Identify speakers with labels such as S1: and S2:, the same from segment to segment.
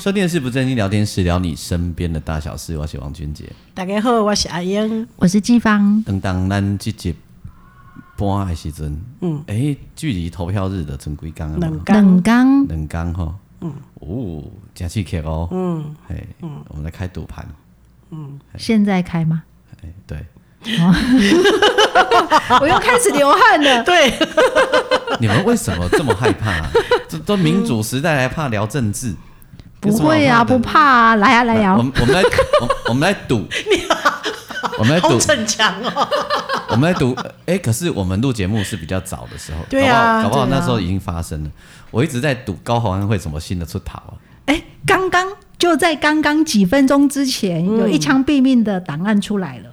S1: 收听的是不正经聊天室，聊你身边的大小事。我是王俊杰。
S2: 大家好，我是阿英。
S3: 我是季芳，
S1: 当当咱这集播的时阵，嗯，哎、距离投票日的剩几天啊嘛？
S2: 冷
S3: 冷
S2: 刚
S3: 刚
S1: 两天吼，嗯，哦，真刺激哦，嗯，嘿，我们来开赌盘，
S3: 现在开吗？
S1: 哎，对，
S3: 我又开始流汗了。
S2: 对，
S1: 你们为什么这么害怕、啊？ 这都民主时代还怕聊政治？
S3: 不会啊，
S1: 有
S3: 不
S1: 什么好
S3: 怕啊，来啊，
S1: 的
S3: 来
S1: 那我
S3: 啊，
S1: 们我们来我我们来 赌，我们来
S2: 好
S1: 赌，
S2: 逞强哦。
S1: 我们来 赌。哎、可是我们录节目是比较早的时候，
S2: 对啊
S1: 搞不好搞不
S2: 对
S1: 好
S2: 啊
S1: 那时候已经发生了。
S3: 啊
S1: 我一直在赌高宏安会什么新的出逃、啊。
S3: 哎，刚刚就在刚刚几分钟之前，有一枪毙命的档案出来了。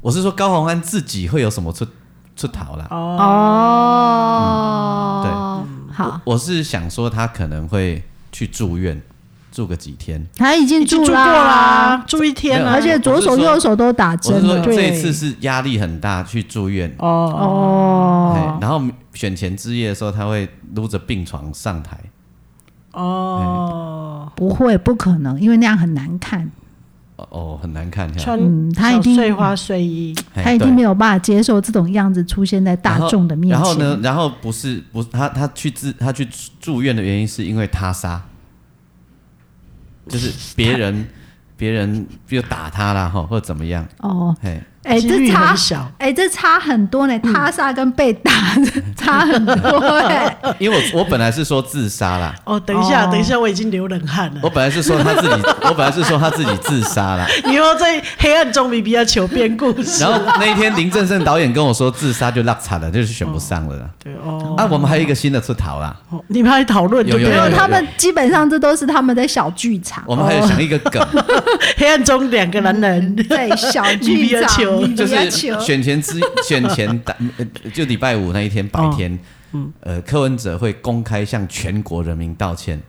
S1: 我是说高宏安自己会有什么出出逃啦？
S3: 哦，好，
S1: 我是想说他可能会去住院，住个几天。
S3: 他已经
S2: 你住
S3: 哎住
S2: 过
S3: 啦，
S2: 啦，住一天啊
S1: 没有
S2: 啦。
S3: 而且左手右手都打
S1: 我是
S3: 针
S1: 说
S3: 了。
S1: 这
S2: 对
S1: 一次是压力很大去住院，
S2: 哦，
S3: 哦
S1: 哎，然后选前之夜的时候他会撸着病床上台。
S2: 哦，
S3: 不会，不可能，因为那样很难看，
S1: 哦哦，很难看，
S2: 穿
S3: 嗯他
S2: 小
S3: 一定
S2: 碎花睡衣，
S1: 嘿
S3: 他一定
S1: 对
S3: 没有办法接受这种样子出现在大众的面前。
S1: 然后然后呢？然后不是不是他他去自他去住院的原因是因为他杀，就是别 人别人就打他啦哈，或者怎么样？
S3: 哦，
S1: 嘿，
S3: 哎，
S2: 几率
S3: 这差
S2: 很嗯小。
S3: 哎、这差很多呢，他杀跟被打、 差很多哎、
S1: 因为我我本来是说自杀啦，
S2: 哦，等一下，
S3: 哦
S2: 等一下，我已经流冷汗
S1: 我
S2: 了。
S1: 本来是说他自己，我本来是说他自己自杀 啦。
S2: 以后在黑暗中比比较求编故事
S1: 然。后那一天林正盛导演跟我说自杀就落惨了，就是选不上了啦。
S2: 对哦，
S1: 啊，我们还有一个新的出逃啦，
S2: 哦你们还讨论对不
S1: 有
S3: 没
S1: 有
S3: 有，
S2: 对？
S3: 他们基本上这都是他们的小剧场，哦
S1: 我们还有想一个 梗，
S2: 黑暗中两个男人，
S3: 对小 剧
S2: 你比较
S3: 场，
S2: 球
S3: 你
S1: 就
S3: 比较
S1: 是
S3: 球
S1: 选前之选前打呃就礼拜五那一天白
S2: 哦
S1: 天，
S2: 嗯
S1: 呃，柯文哲会公开向全国人民道歉，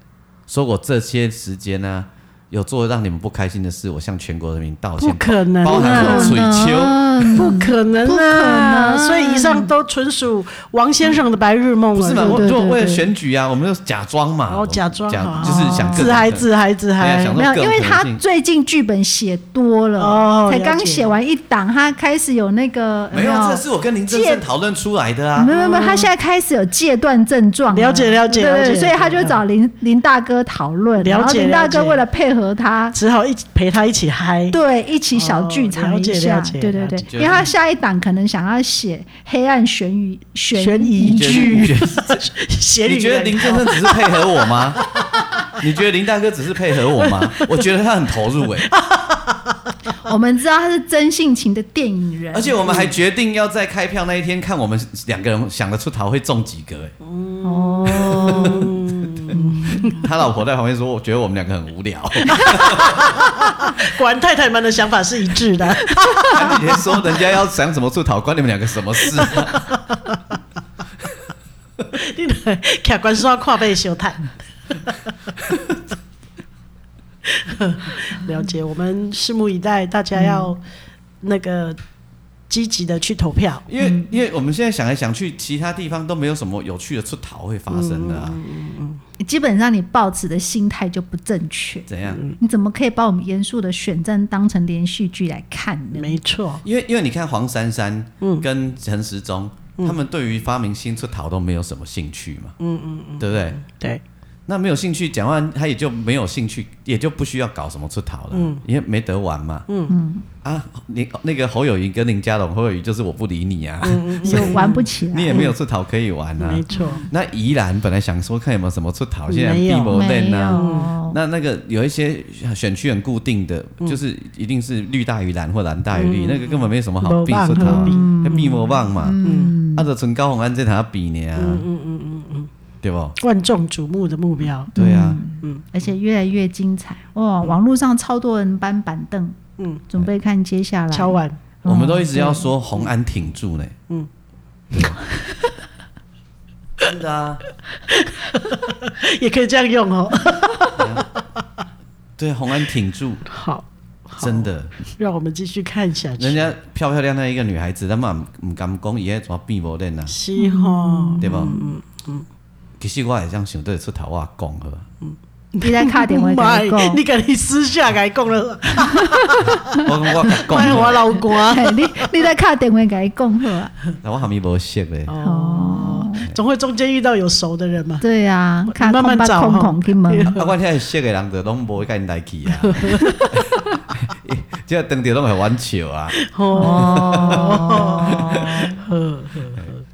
S1: 说我这些时间呢、有做让你们不开心的事，我向全国人民道歉，
S2: 不可能啊
S1: 包含我水丘。
S2: 不可能
S3: 不可
S2: 啊！
S3: 能
S2: 所以以上都纯属王先生的白日梦
S1: 不
S2: 了
S1: 是嘛？
S2: 对
S1: 我
S3: 对
S1: 如果
S3: 对
S1: 为了
S3: 对
S1: 选举啊，我们就假装嘛，
S2: 哦
S1: 我
S2: 假装
S1: 假
S2: 好
S1: 就是想更
S2: 自嗨自嗨自
S1: 对啊
S2: 嗨
S1: 想，
S3: 没有，
S1: 更
S3: 因为
S1: 可
S3: 他
S1: 信
S3: 最近剧本写多了，
S2: 哦
S3: 才
S2: 了
S3: 刚
S2: 解
S3: 写完一档，他开始有那个
S1: 没有，啊这是我跟林正
S3: 借
S1: 盛讨论出来的啊
S3: 没。有没有没有，他现在开始有戒断症状
S2: 了解了解
S3: 对对
S2: 了解嗯
S3: 所以他就找林林大哥讨论，
S2: 了解
S3: 然后林大哥
S2: 了解
S3: 为了配合他，
S2: 只好一起陪他一起嗨。
S3: 对，一起小剧场
S2: 哦了
S3: 一
S2: 解
S3: 下，
S2: 了解
S3: 对对
S2: 了
S3: 对
S2: 解，
S3: 因为他下一档可能想要写黑暗悬疑
S2: 悬疑
S3: 疑
S1: 你觉得你
S3: 剧，
S1: 觉得
S2: 写
S1: 你觉得 林正盛只是配合我吗？ 你觉得林大哥只是配合我吗？ 我觉得他很投入哎、
S3: 我们知道他是真性情的电影人
S1: 而，且我们还决定要在开票那一天看我们两个人想得出逃会中几个哎、
S3: 哦，
S1: 他老婆在旁边说，我觉得我们两个很无聊。
S2: 果然太太们的想法是一致的。
S1: 前几天说人家要想什么出逃，关你们两个什么 事、啊？
S2: 你来卡关刷跨背修探。 了解，我们拭目以待，大家
S1: 嗯
S2: 要那个积极的去投票。
S1: 因为因为我们现在想来想去，其他地方都没有什么有趣的出逃会发生的啊。
S3: 基本上你抱持的心态就不正确，
S1: 怎样？
S3: 你怎么可以把我们严肃的选战当成连续剧来看呢？
S2: 没错，
S1: 因为因为你看黄珊珊跟陈时中，他们对于发明新出逃都没有什么兴趣嘛，嗯嗯嗯，对不对？
S2: 对，
S1: 那没有兴趣，讲完他也就没有兴趣，也就不需要搞什么出逃了，
S2: 嗯
S1: 因为没得玩嘛，嗯嗯啊，你那个侯友谊跟林佳龙，侯友谊就是我不理你啊，
S2: 嗯
S3: 就玩不起来
S1: 你。也没有出逃可以玩啊
S2: 没。错，
S1: 那宜兰本来想说看有没有什么出逃，现在
S2: 没有嗯
S1: 闭不
S3: 没
S1: 练啊。
S3: 有，
S1: 那那个有一些选区很固定的，就是一定是绿大于蓝或蓝大于绿，那个根本没什么好
S2: 嗯没
S1: 避
S2: 办
S1: 出逃
S2: 法嗯嗯
S1: 啊，那避魔棒嘛，啊，就纯高红安这台比呢啊，对不？
S2: 万众瞩目的目标。
S1: 对啊，
S3: 而且越来越精彩哇！网络上超多人搬板凳，
S2: 嗯，
S3: 准备看接下来。
S2: 敲碗，
S3: 嗯
S1: 我们都一直要说红安挺住呢。嗯，真的啊，
S2: 也可以这样用 哦。
S1: 对，红安挺住，
S2: 好，好
S1: 真，的。
S2: 让我们继续看下去。
S1: 人家漂漂亮亮一个女孩子，她嘛唔敢讲伊迄怎变无练啊，
S2: 是吼，
S1: 对不？嗯嗯。其实我也这样想，对，出头我也讲好吧。
S3: 你在卡点位
S2: 妈
S3: 跟你
S2: 的
S3: 讲
S2: Oh 你跟你私下来讲了，
S1: 我讲我甲
S2: 卖
S1: 讲
S2: 我
S1: 好，
S2: 老瓜
S3: 嘿，你你在卡点位跟你讲好啊？
S1: 但我还没无熟嘞。
S2: 哦， 总会中间遇到有熟的人嘛。
S3: 对 呀、啊，卡
S2: 慢慢
S3: 空
S2: 找
S3: 巴空
S2: 哈
S3: 空去问。
S1: 啊，我遐熟的人就拢无甲因来去啊，即当着拢会玩笑啊。
S3: 哦，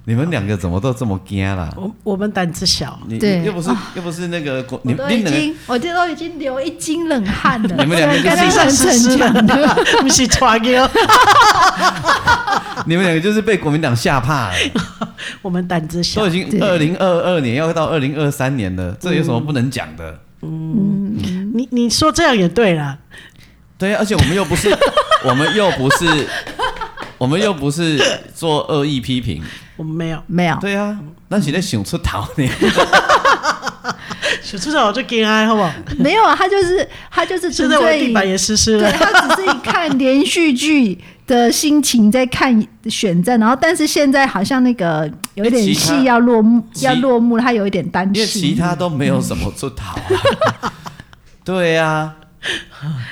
S1: 你们两个怎么都这么惊啦？
S2: 我哦我们胆子小，
S1: 你
S3: 对
S1: 又不是又不是那个国，你
S3: 我
S1: 你
S3: 都
S1: 们
S3: 已
S1: 两个
S3: 经，我这都已经流一斤冷汗了。
S1: 你们两个就是
S3: 刚刚很逞强的，
S2: 不是传给我
S1: 你们两个就是被国民党吓怕了，
S2: 我们胆子小
S1: 都已。经
S3: 对
S1: 二零二二年要到二零二三年了，这有什么不能讲的？
S2: 你你说这样也对啦，
S1: 对啊，而且我们又不是，我们又不是，我们又不是做恶意批评，
S2: 我们没有。
S3: 没有，
S1: 对啊，那是在想出逃呢。
S2: 小出手我就给爱，好不好？
S3: 没有啊，他就是他就是
S2: 现
S3: 纯
S2: 在我的
S3: 粹
S2: 地
S3: 以
S2: 板也湿湿
S3: 对
S2: 了。
S3: 他只是以看连续剧的心情在看选战，然后但是现在好像那个有一点
S1: 其他
S3: 戏要落幕，
S1: 其
S3: 要落幕了，他有一点担
S1: 因为其
S3: 心。
S1: 他都没有什么出逃啊。对啊，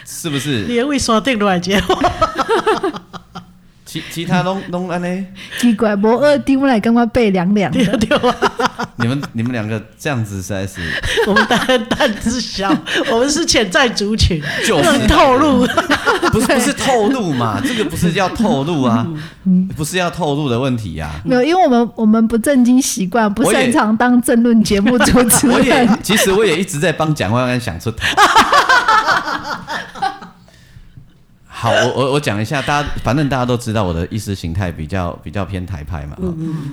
S1: 是不是？
S2: 你的为什么定落来接我？
S1: 其其他拢拢安尼，
S3: 奇怪，摩二丁来刚刚背凉 凉
S1: 嗯
S3: 的，
S2: 丢丢啊！
S1: 你们你们两个这样子实在是
S2: 我们胆胆子小，我们是潜在族群，
S1: 就
S2: 不
S1: 是
S2: 能透 露。
S1: 不是不是透露嘛？这个不是叫透露啊，不是要透露的问题啊呀、
S3: 没有，因为我们我们不正经习惯，不
S1: 我
S3: 擅
S1: 也
S3: 长当政论节目主持
S1: 我也
S3: 人。
S1: 其实我也一直在帮蒋万安想出头。 好，我我我讲一下，大家反正大家都知道我的意识形态比较比较偏台派嘛。哈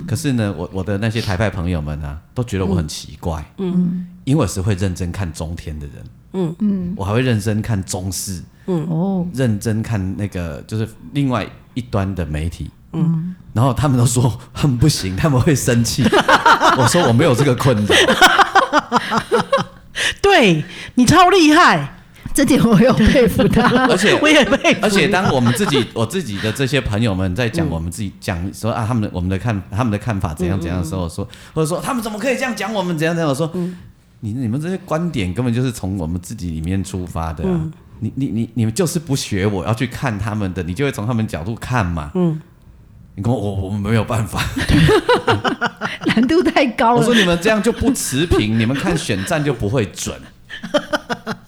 S1: 可是呢，我我的那些台派朋友们啊，都觉得我很奇怪。嗯，因为我是会认真看中天的人。嗯嗯，我还会认真看中视，
S3: 哦，
S1: 认真看那个就是另外一端的媒体。嗯， 然后他们都说他们不行，他们会生气。 我说我没有这个困 扰。
S2: 对你超厉害，
S3: 这点我有佩服他。
S1: 而且
S2: 我也佩服。
S1: 而且当我们自 己我自己的这些朋友们在讲我们自己讲说啊他们的我们的看他们的看法怎样怎样的时候，说或者说他们怎么可以这样讲我们怎样怎样，我说你你们这些观点根本就是从我们自己里面出发的、啊。你你你你们就是不学我，要去看他们的，你就会从他们角度看嘛。嗯，你跟我我我们没有办 法。
S3: 难度太高
S1: 我说
S3: 了。
S1: 你们这样就不持 平，你们看选战就不会准，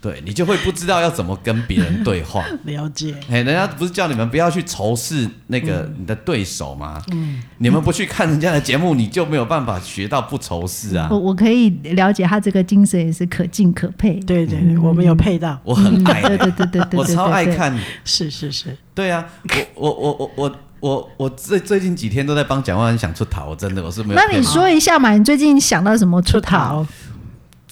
S1: 对你就会不知道要怎么跟别人对话。
S2: 了解，
S1: 哎，人家不是叫你们不要去仇视那个
S3: 嗯
S1: 你的对手吗？你们不去看人家的节目，你就没有办法学到不仇视啊
S3: 我。我可以了解他这个精神也是可敬可佩。
S2: 对对
S1: 嗯
S2: 对，我们有配到，
S1: 我很爱，
S3: 嗯
S1: 欸
S3: 对对对对对对
S1: 我超爱看。
S2: 是是是，
S1: 对啊，我我我我我我我最最近几天都在帮蒋万安想出逃，真的我是没有
S3: 那
S1: 骗
S3: 你
S1: 你。
S3: 说一下嘛，你最近想到什么出逃？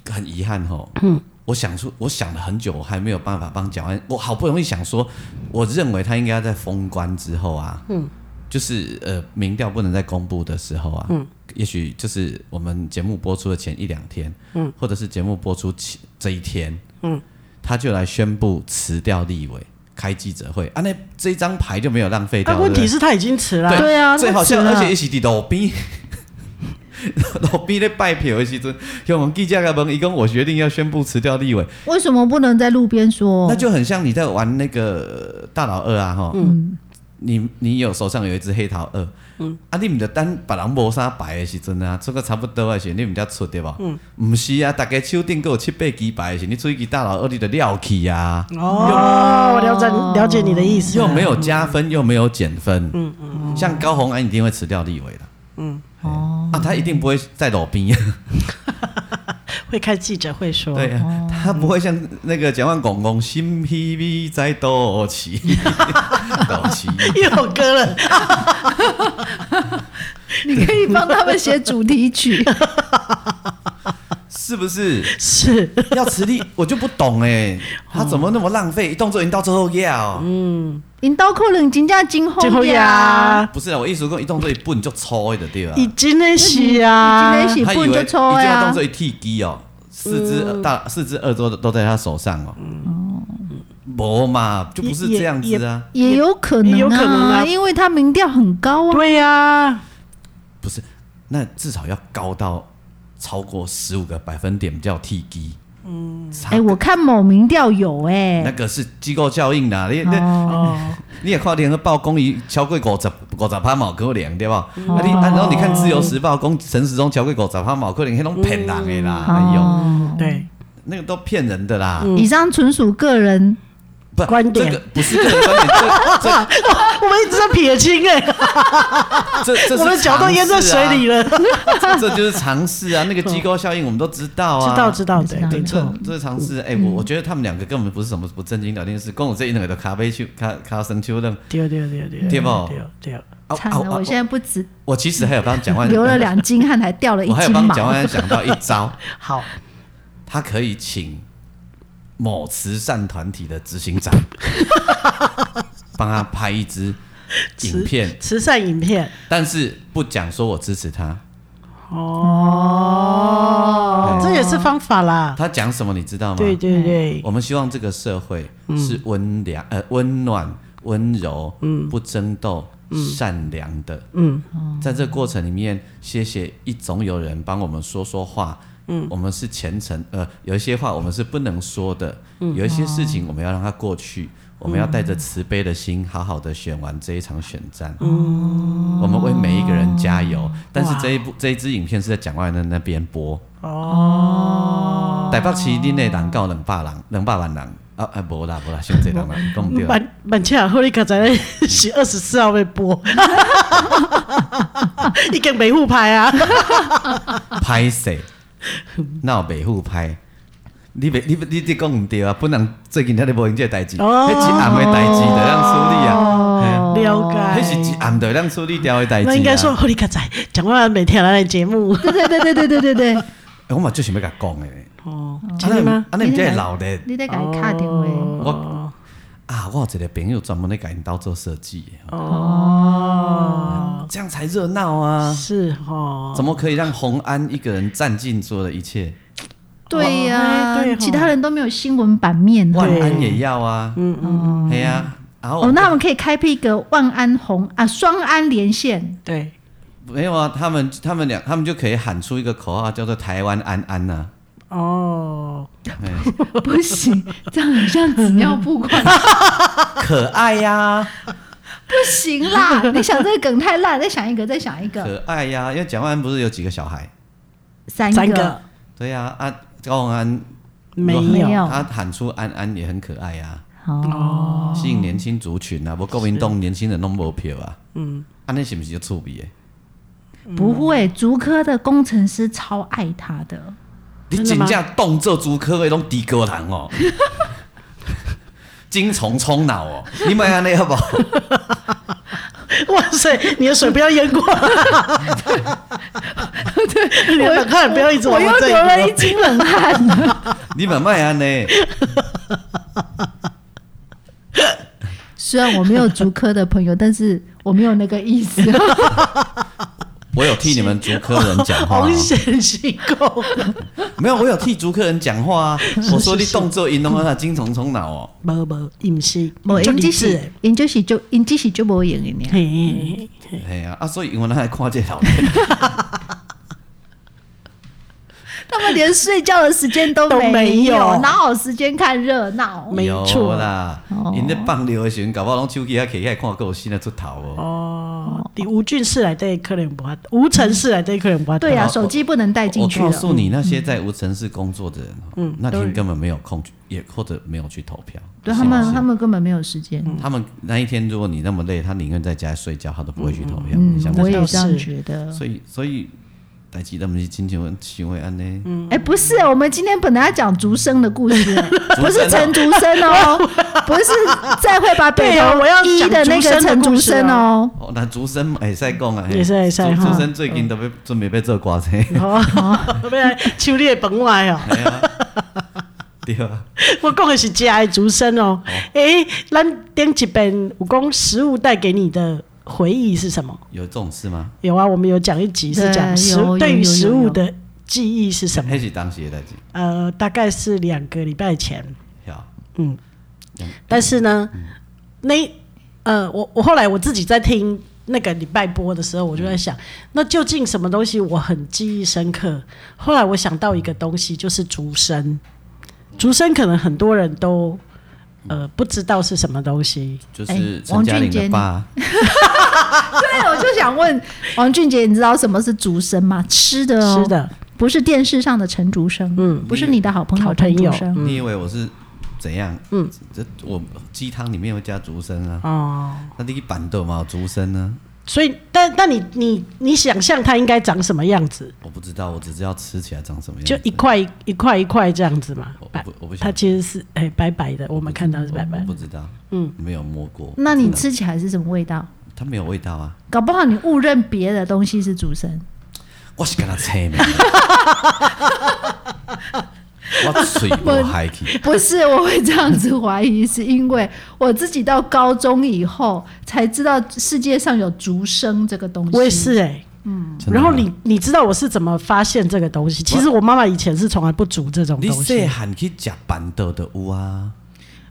S2: 逃
S1: 很遗憾哦，
S2: 嗯
S1: 我想出我想了很久，我还没有办法帮蒋万安。我好不容易想说，我认为他应该要在封关之后啊，
S2: 嗯
S1: 就是呃民调不能再公布的时候啊，
S2: 嗯
S1: 也许就是我们节目播出的前一两天，
S2: 嗯
S1: 或者是节目播出前这一天，他就来宣布辞掉立委，开记者会啊，那这一张牌就没有浪费掉。
S2: 但啊问
S1: 对不对
S2: 题是他已经辞
S1: 对
S2: 了，
S3: 对啊
S1: 最好笑，
S3: 他死
S1: 而
S3: 了
S1: 且伊是伫路边， 路边咧拜票的时阵，向我们记者来问，伊讲我决定要宣布辞掉立委，
S3: 为什么不能在路边说？
S1: 那就很像你在玩那个呃大老二啊，哈，你你有手上有一只黑桃二，嗯，啊，你毋着等别人无啥牌的时阵啊，出个差不多的时候，你毋才出对吧？嗯，毋是啊，大家手顶够有七八支牌的时候，你出一支大老二，你就了去啊，
S2: 哦，我了解了解你的意思，
S1: 又没有加分，又没有减分，嗯嗯，像高红安一定会辞掉立委的，嗯，哦，啊，他一定不会在路边。
S2: 会开记者会说，
S1: 对啊，他不会像那个蒋万公公新 PV 在斗 气，斗气。
S2: 又有歌了，
S3: 你可以帮他们写主题 曲，
S1: 是不是？
S2: 是
S1: 要磁力， 我就不懂哎、他怎么那么浪费？动作已经到最后要、
S3: 引导可能真正今
S2: 最
S3: 后
S2: 后呀，
S1: 不是啊，我意思讲，一动作一不你就抽的对吧？
S2: 已经那是啊，
S3: 今天
S1: 他
S3: 是
S1: 以
S3: 不
S1: 为
S3: 就抽
S1: 一
S3: 呀嗯
S1: 动作？一剃鸡哦，四只大四只二都都在他手上哦。没嘛，就不是这样子啊，
S3: 也有可能、啊，
S2: 也有可能啊
S3: 因为他民调很高啊。
S2: 对呀，
S1: 不是，那至少要高到超过十五个百分点叫剃鸡。嗯，
S3: 哎、我看某民调有哎、
S1: 那个是机构效应啦，你你
S3: 哦，
S2: 哦，
S1: 你也看联合报讲伊超过五十五十趴毛可能对吧？
S3: 哦
S1: 啊你啊然后你看自由时报讲陈时中超过五十趴毛可能，迄拢骗人的啦，哎呦，
S3: 哦，嗯
S2: 对，
S1: 那个都骗人的啦，
S3: 以上纯属个人，
S1: 不
S2: 观点
S1: 这个不是个人观点，
S2: 哇，我们一直在撇清哎，
S1: 这这这
S2: 我们脚都淹在水里
S1: 了，
S2: 了，知
S1: 啊 这这就是尝试啊，那个机构效应我们都知道啊，
S2: 道嗯知道，对
S3: 知道
S2: 对
S1: 对，
S3: 没
S1: 这
S3: 错
S1: 这是尝试。哎，我我觉得他们两个根本不是什么不正经聊天室，跟我这一两个都咖啡去咖咖生秋冷
S2: 对对对对
S1: 对吧
S2: 对对，
S1: 啊
S3: 惨
S1: 啊
S3: 了，
S1: 啊
S3: 我现在不止
S1: 我其实还有帮蒋万
S3: 流了两斤汗，还掉了一
S1: 啊我还有
S3: 斤
S1: 帮
S3: 毛。
S1: 蒋万安想到一招。
S2: 好，
S1: 他可以请某慈善团体的执 行长帮他拍一支影片，
S2: 慈善影片
S1: 但是不讲说我支持他，
S2: 哦，这也是方法啦，
S1: 他讲什么你知道吗？
S2: 对嗯对对，
S1: 哦我们希望这个社会是温良、呃温暖、温柔、不争斗、善良的。
S2: 嗯，
S1: 在这过程里面，谢谢一总有人帮我们说说话。嗯，我们是虔诚，呃，有一些话我们是不能说的，
S2: 嗯
S1: 有一些事
S2: 哦
S1: 情我们要让它过去，我们要带着慈悲的心，好好的选完这一场选战。
S2: 嗯
S1: 我们为每一个人加油。但是这一部这一支影片是在蒋万安那边播，
S2: 哦，
S1: 台北市恁的人到两百人，两百万人，啊啊，无啦无啦，伤济人啦，讲唔对啊啦。
S2: 满满切尔后，你刚才 是二十四号被播， 一根维护牌啊，
S1: 拍 摄，那维护拍。你别你你你讲唔对啊！本人最近他咧无用这个代志，
S2: 哦
S1: 迄一暗的代志就让处理啊，
S2: 了
S1: 嘿迄
S2: 解。
S1: 是一暗就让处理掉的代志啊。
S2: 那应该说，后你刚才蒋万安每天来的节目
S3: 对对对对对对对对，
S1: 欸，我嘛最想要甲讲诶，
S2: 哦，
S1: 啊
S2: 真的吗？
S1: 啊，那唔会老的
S3: 你得给
S2: 哦
S3: 他卡电话。
S1: 我啊，我有一个朋友专门咧甲因兜做设计的，嗯
S2: 哦，
S1: 这样才热闹啊！
S2: 是哦，
S1: 怎么可以让洪安一个人占尽所有的一切？
S3: 对呀、
S2: 哎对哦
S3: 其他人都没有新闻版面。
S1: 万
S3: 哦，
S1: 安也要啊，嗯嗯，嘿啊，然后
S2: 哦
S3: 那我们可以开辟一个万安红啊，双安连线。
S2: 对，
S1: 没有啊，他们他们两他们就可以喊出一个口号，叫做“台湾安安”啊呐。
S2: 哦，
S1: 哎
S3: 不行，这样很像纸尿布管。
S1: 可爱呀、
S3: 不行啦，你想这个梗太烂，再想一个，再想一个，
S1: 可爱呀、因为蒋万安不是有几个小孩？
S3: 三
S2: 三个
S1: 对呀、啊，高宏安
S2: 没
S3: 没
S2: 有，
S3: 有
S1: 他喊出“安安”也很可爱啊呀、
S3: 哦，
S1: 吸引年轻族群啊。不过国民党年轻人弄无票啊，
S2: 嗯，
S1: 安尼是不是就趣味的？
S3: 不会，竹科的工程师超爱他的，
S1: 你
S2: 真的
S1: 真
S2: 吗
S1: 正动作足科的拢低歌糖哦， 精虫充脑哦，你买安尼好不 好？
S2: 哇塞，你的水不要淹过，对，你的冷汗不要一直
S3: 我
S2: 往
S3: 又
S2: 这里
S3: 流了一
S2: 流，
S3: 斤冷汗。
S1: 你买卖安尼，
S3: 虽然我没有竹科的朋友，但是我没有那个 意思。
S1: 我有替你们足科人讲话、哦
S2: 红。险机构，
S1: 没有，我有替逐客人讲 话啊。我说你动作运动啊，精虫充脑哦。
S2: 没没，饮食，
S3: 我
S2: 就
S3: 因
S2: 理
S3: 这
S2: 智
S3: 是，因这是就因这是就无用的呢。
S2: 嘿嘿嘿
S1: 哎呀啊，所以我那来看这老人，
S3: 他们连睡觉的时间都
S2: 都没有嗯
S3: 有，哪有时间看热闹？
S2: 没错
S1: 有啦
S3: 哦。
S1: 因咧放尿的时阵，搞不好拢手机还啊起来看，够有新的出头哦。
S2: 哦，你吴俊士来对客人不怕，啊吴成士来对客人不怕，
S3: 对啊呀、
S1: 我
S3: 手机不能带进
S1: 我
S3: 去
S2: 哦
S1: 告诉
S3: 了。
S1: 你，那些在无城市工作的人，嗯，那天根本没有空去，也或者没有去投票。
S3: 对
S1: 是
S3: 他
S1: 不
S3: 们，
S1: 是
S3: 他们根本没有时间。
S2: 嗯
S1: 他们那一天，如果你那么累，他宁愿在家睡觉，他都不会去投票。你想
S3: 嗯，
S1: 不
S3: 我
S1: 想？
S3: 也这样觉得。
S1: 所以，所以代志，咱们是亲像想会安尼。
S2: 嗯
S3: 哎、不是，我们今天本来要讲竹生的故 事，
S2: 啊
S3: 不是
S1: 竹生哦
S3: 陈竹生哦，不是再会把北
S2: 对啊
S3: 头
S2: 我要
S3: 一
S2: 讲
S3: 的那
S2: 竹
S3: 个
S2: 生的
S3: 陈
S2: 故
S3: 竹
S2: 事啊
S3: 生哦。
S1: 哦，那竹生会使讲啊，嘿
S2: 会使会使
S1: 竹
S2: 哈
S1: 竹生最近都要准备要做歌星，
S3: 嗯
S2: 哦，要来抽你的本外 哦。
S1: 嘿啊对啊，
S2: 我讲的是家的竹生哦。诶，咱顶一本有讲食物带给你的回忆是什么？
S1: 有这种事吗？
S2: 有啊，我们有讲一集是讲
S3: 对
S2: 食
S3: 有有
S2: 对于
S3: 有
S2: 食
S3: 有
S2: 物
S3: 有
S2: 的记忆是什么
S1: 那？是当时的代志，啊
S2: 呃，大概是两个礼拜前，
S1: 晓
S2: 嗯，但是呢，
S1: 嗯
S2: 那呃，我我后来我自己在听那个礼拜播的时候，我
S1: 嗯
S2: 就在想，那究竟什么东西我很记忆深刻？后来我想到一个东西，就是竹笙。竹笙可能很多人都
S1: 嗯
S2: 呃不知道是什么东西，
S1: 就是
S3: 哎王
S1: 陈嘉
S3: 俊
S1: 玲
S3: 杰
S1: 的爸，啊
S3: 对，我就想问王俊杰，你知道什么是竹生吗？吃的哦，
S2: 吃，的
S3: 不是电视上的陈竹生，
S2: 嗯
S3: 不是你的好朋
S2: 好
S3: 友
S2: 朋
S3: 陈
S2: 友嗯
S3: 竹生，
S1: 你以为我是怎样？嗯，这我鸡汤里面有加竹生啊，
S2: 哦。
S1: 那你去板豆嘛有竹生呢？
S2: 所以，但但你你你想象它应该长什么样子？
S1: 我不知道，我只知道吃起来长什么样子，
S2: 就一块一块一块这样子嘛
S1: 嗯我，我
S2: 白
S1: 不我不晓
S2: 它
S1: 得
S2: 其实是哎、白白的，我们看到是白白
S1: 我
S2: 的。
S1: 不知道，嗯，没有摸过。
S3: 那你
S1: 不知道
S3: 吃起来是什么味道？
S1: 它没有味道啊？
S3: 搞不好你误认别的东西是竹生，
S1: 我是跟他切 的，我嘴无害 去，
S3: 不是，我会这样子怀疑，是因为我自己到高中以后才知道世界上有竹生这个东西。
S2: 我也是哎、
S1: 真的
S2: 然后
S1: 吗
S2: 你你知道我是怎么发现这个东西？其实我妈妈以前是从来不煮这种
S1: 你
S2: 东
S1: 细
S2: 西，
S1: 汉去食板豆的有啊，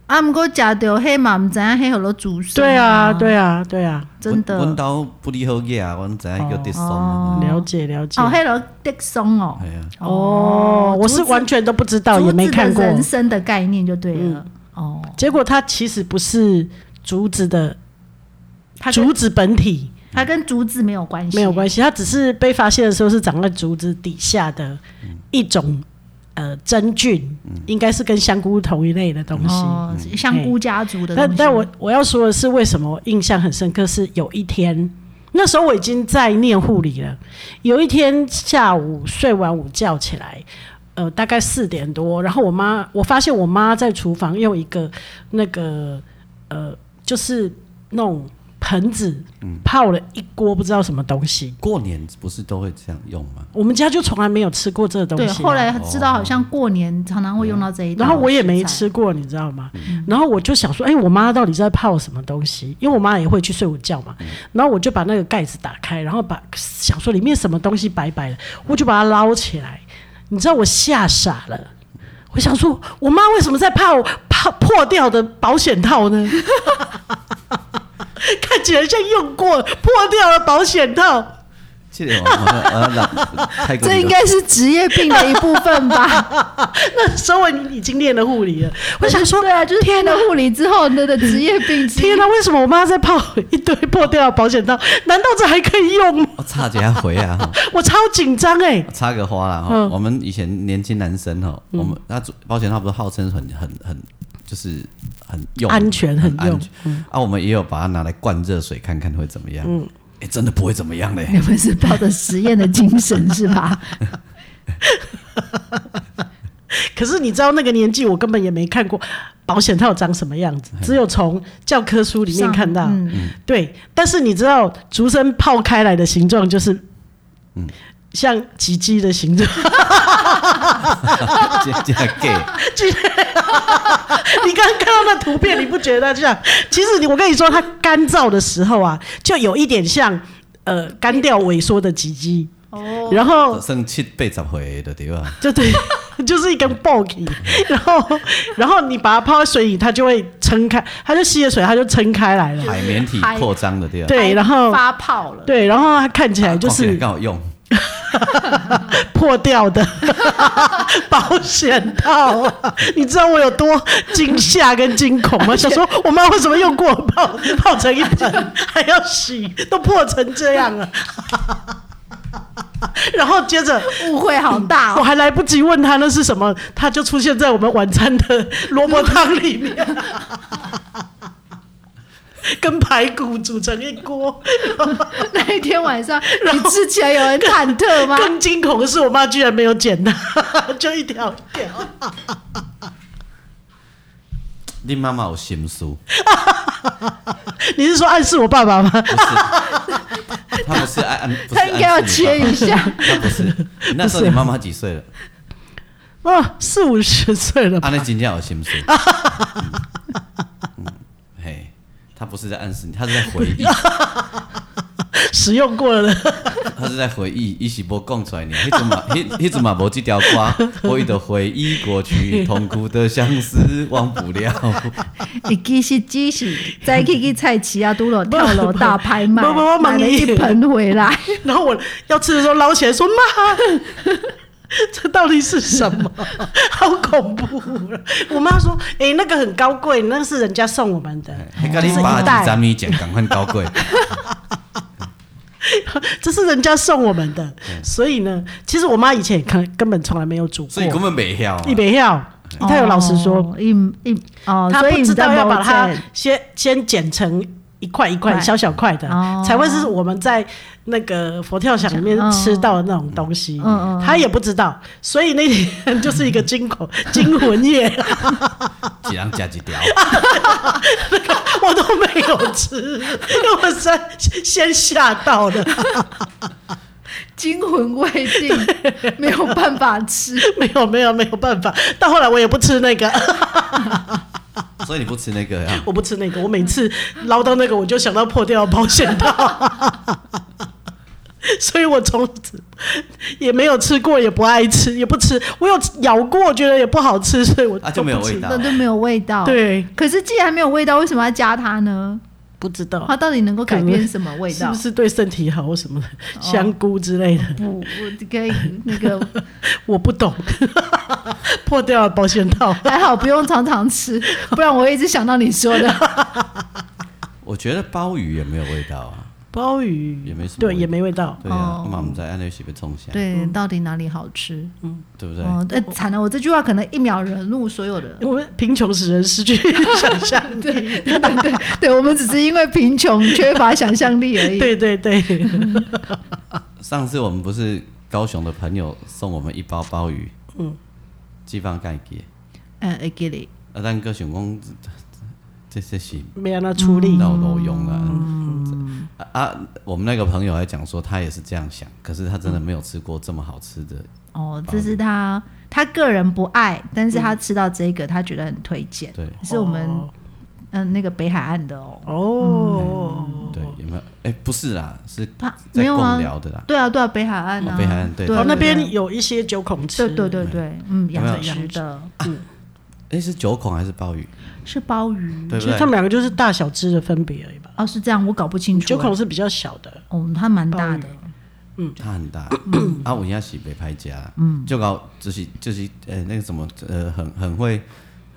S3: 啊，不过假掉黑嘛，唔知影黑有了竹生、
S2: 对啊，
S3: 啊，，
S2: 对啊，对啊，
S3: 真的。
S1: 阮兜不离好嘢啊，阮知影
S2: 哦
S1: 叫得松啊。
S2: 了解了解
S3: 哦，。黑楼的松哦，
S1: 哎呀，
S2: 哦，我是完全都不知道，
S3: 竹
S2: 也没
S3: 子的
S2: 看过。嗯
S3: 人生的概念就对了。哦，
S2: 结果它其实不是竹子的
S3: 它跟
S2: 竹子本体，
S3: 它跟竹子没有关系，
S2: 没有关系，它只是被发现的时候是长在竹子底下的
S1: 嗯
S2: 一种呃真菌，应该是跟香菇同一类的东西。
S3: 哦，香菇家族的东
S2: 嗯但
S3: 西。
S2: 但我我要说的是，为什么我印象很深刻？是有一天，那时候我已经在念护理了。有一天下午睡完午觉起来，呃，大概四点多，然后我妈，我发现我妈在厨房用一个那个呃，就是那种盆子
S3: 嗯
S2: 泡了一锅不知道什么东西。
S1: 过年不是都会这样用吗？
S2: 我们家就从来没有吃过这个东西
S3: 对，
S2: 啊、
S3: 后来知道好像过年常常会用到这一道，嗯
S2: 然后我也没。吃过，你知道吗？然后我就想说，哎、我妈到底在泡什么东西？因为我妈也会去睡午觉嘛。
S3: 嗯
S2: 然后我就把那个盖子打开，然后把想说里面什么东西白白的，我就把它捞起来。你知道我吓傻了，我想说，我妈为什么在泡泡破掉的保险套呢？ 看起来像用过破掉的保险套。
S1: 这个我呃，那泰国
S3: 这应该是职业病的一部分吧？
S2: 那时候我已经练了护理了， 我想说，
S3: 对啊，就是
S2: 天
S3: 天
S2: 哪
S3: 了护理之后你的职业病之一。
S2: 天哪、为什么我妈在泡一堆破掉的保险套？难道这还可以用吗？
S1: 我插哦几下回啊，哈
S2: 我超紧张哎！
S1: 插个花啦。哈
S2: 嗯
S1: 我们以前年轻男生哈，我们那保险套不是号称很很很，就是很用
S2: 安全很
S1: 安
S2: 用
S1: 全啊，我们也有把它拿来灌热水看看会怎么样。嗯，哎，真的不会怎么样嘞。
S3: 你们是抱着实验的精神是吧？
S2: 可是你知道那个年纪，我根本也没看过保险套长什么样子，只有从教科书 里面看到。
S3: 上嗯
S2: 对，但是你知道竹笙泡开来的形状就是，像鸡鸡的形状。
S1: 这这样 gay，
S2: 你刚刚看到那图片，你不觉得这样？其实你，我跟你说，它干燥的时候啊，就有一点像呃干掉萎缩的鸡鸡，
S3: 哦，
S2: 然后
S1: 剩七八十回的对吧？
S2: 就对， 就是一根 b o g 然后然后你把它泡在水里，它就会撑开，它就吸了水，它就撑开来了。
S1: 海绵体扩张的对吧？
S2: 对，然后
S3: 哎发泡了，
S2: 对，然后它看起来就
S1: 哦
S2: 是
S1: 刚好用，
S2: 破掉的 保险套、啊， 你知道我有多惊吓跟惊恐吗？想说我妈为什么用过泡泡成一盆，还要洗，都破成这样了。 然后接着
S3: 误会好大
S2: 我
S3: 哦。
S2: 还来不及问他那是什么，他就出现在我们晚餐的萝卜汤里面。 跟排骨煮成一锅。
S3: 那一天晚上，你吃起来有很忐忑吗？
S2: 更惊恐的是，我妈居然没有剪它， 就一条一条。
S1: 你妈妈有心思，
S2: 你是说暗示我爸爸吗？
S1: 不是，她不是暗，不是
S3: 他应该要
S1: 暗示你
S3: 切
S1: 爸爸
S3: 一下。
S1: 她不是。那时候你妈妈几岁了？
S2: 哦，四五十岁了吧
S1: 啊，？那真正有心思。嗯嗯嘿，她不是在暗示你，她是在回忆，
S2: 使用过了的，
S1: 她是在回忆。伊是无讲出来呢，迄阵嘛，迄迄阵嘛无这条歌，我伊就回忆过去痛苦的相思，忘不了。
S3: 你欸其实只是再去去菜市啊，都了跳楼大拍卖，
S2: 不不我
S3: 买
S2: 问
S3: 了
S2: 你
S3: 一盆 回来。
S2: 然后我要吃的时候捞起来说妈。 这到底是什么？好恐怖！我妈说：“哎、那个很高贵，那是人家送我们的。”
S1: 还跟你爸是咱们讲，赶快高贵。
S2: 这是人家送我们的，所以呢，其实我妈以前也根根本从来没有煮
S1: 嗯所以根
S2: 过，
S1: 本没晓啊。
S2: 一没要，她有老实说，
S3: 哦，一一哦，
S2: 她
S3: 所以
S2: 不
S3: 你
S2: 知道
S3: 在
S2: 要把
S3: 某
S2: 它
S3: 镇
S2: 先先剪成一块一块
S3: 块
S2: 小小块的
S3: 哦，
S2: 才会是我们在那个佛跳墙里面
S3: 嗯
S2: 吃到的那种东西
S3: 嗯嗯，
S2: 她也不知道，所以那天 就是一个惊 恐惊魂夜，
S1: 一人食一条，
S2: 我都没有吃，因为我实在先吓到了，
S3: 惊魂未 定，没有办法吃。
S2: 没有没有没有办法，到后来我也不吃那个。
S1: 所以你不吃那个啊？
S2: 我不吃那个，我每次捞到那个，我就想到破掉的保险套， 所以我从此也没有吃过，也不爱吃，也不吃。我有咬过，觉得也不好吃，所以我
S1: 啊就没有
S2: 都不吃
S1: 味道
S3: 那都没有味道。，
S2: 对，
S3: 可是既然没有味道，为什么要加它呢？
S2: 不知道
S3: 它到底能够改变什么味
S2: 是
S3: 道
S2: 不？是对身体好或什么的，香菇之类的，
S3: 不，我可以那个
S2: 我不懂。 破掉的保险套，
S3: 还哎好不用常常吃， 不然我会一直想到你说的。
S1: 我觉得鲍鱼也没有味道啊。
S2: 鲍鱼
S1: 也没什么
S2: 对，
S1: 味道
S2: 也没味道。
S1: 对啊
S3: 哦，
S1: 我嘛毋知安尼是要创啥，
S3: 对，
S2: 嗯
S3: 到底哪里好吃？
S1: 对不对？
S3: 哦，哎，惨了，我这句话可能一秒惹怒所有的。
S2: 我们贫穷使人失去想象力。
S3: 对对对，对我们只是因为贫穷缺乏想象力 而已。
S2: 对对对，
S1: 上次我们不是高雄的朋友送我们一包鲍鱼，嗯，寄放盖记，
S3: 嗯，哎，给你，
S1: 啊，咱个想讲这这是
S2: 没让他出力。
S1: 闹路用啦。啊啊！我们那个朋友还讲说，他也是这样想，可是他真的没有吃过这么好吃的。
S3: 哦，这是他他个人不爱，但是他吃到这个，他觉得很推荐，
S1: 对
S3: 是我们嗯那个北海岸的哦。
S2: 嗯哦，
S1: 对，有没有？哎，不是啦，是
S3: 他
S1: 在
S3: 没有
S1: 共
S3: 啊，
S1: 聊的啦。
S3: 对啊，对啊，北海岸啊，
S1: 哦北海岸对
S2: 哦，那边
S3: 对
S2: 有一些九孔池，
S3: 对对对，嗯，
S1: 有没有
S3: 养殖的
S1: 哎，是九孔还是鲍鱼？
S3: 是鲍鱼
S1: 对
S2: 其
S1: 不
S2: 实
S1: 对
S2: 他？们两个就是大小只的分别而已吧。
S3: 哦，是这样，我搞不清楚
S2: 九孔
S3: 欸。
S2: 是比较小的，
S3: 哦，它蛮大的，
S1: 它很大，啊，我应该是北拍家，就搞就是就是呃、那个什么呃，很很会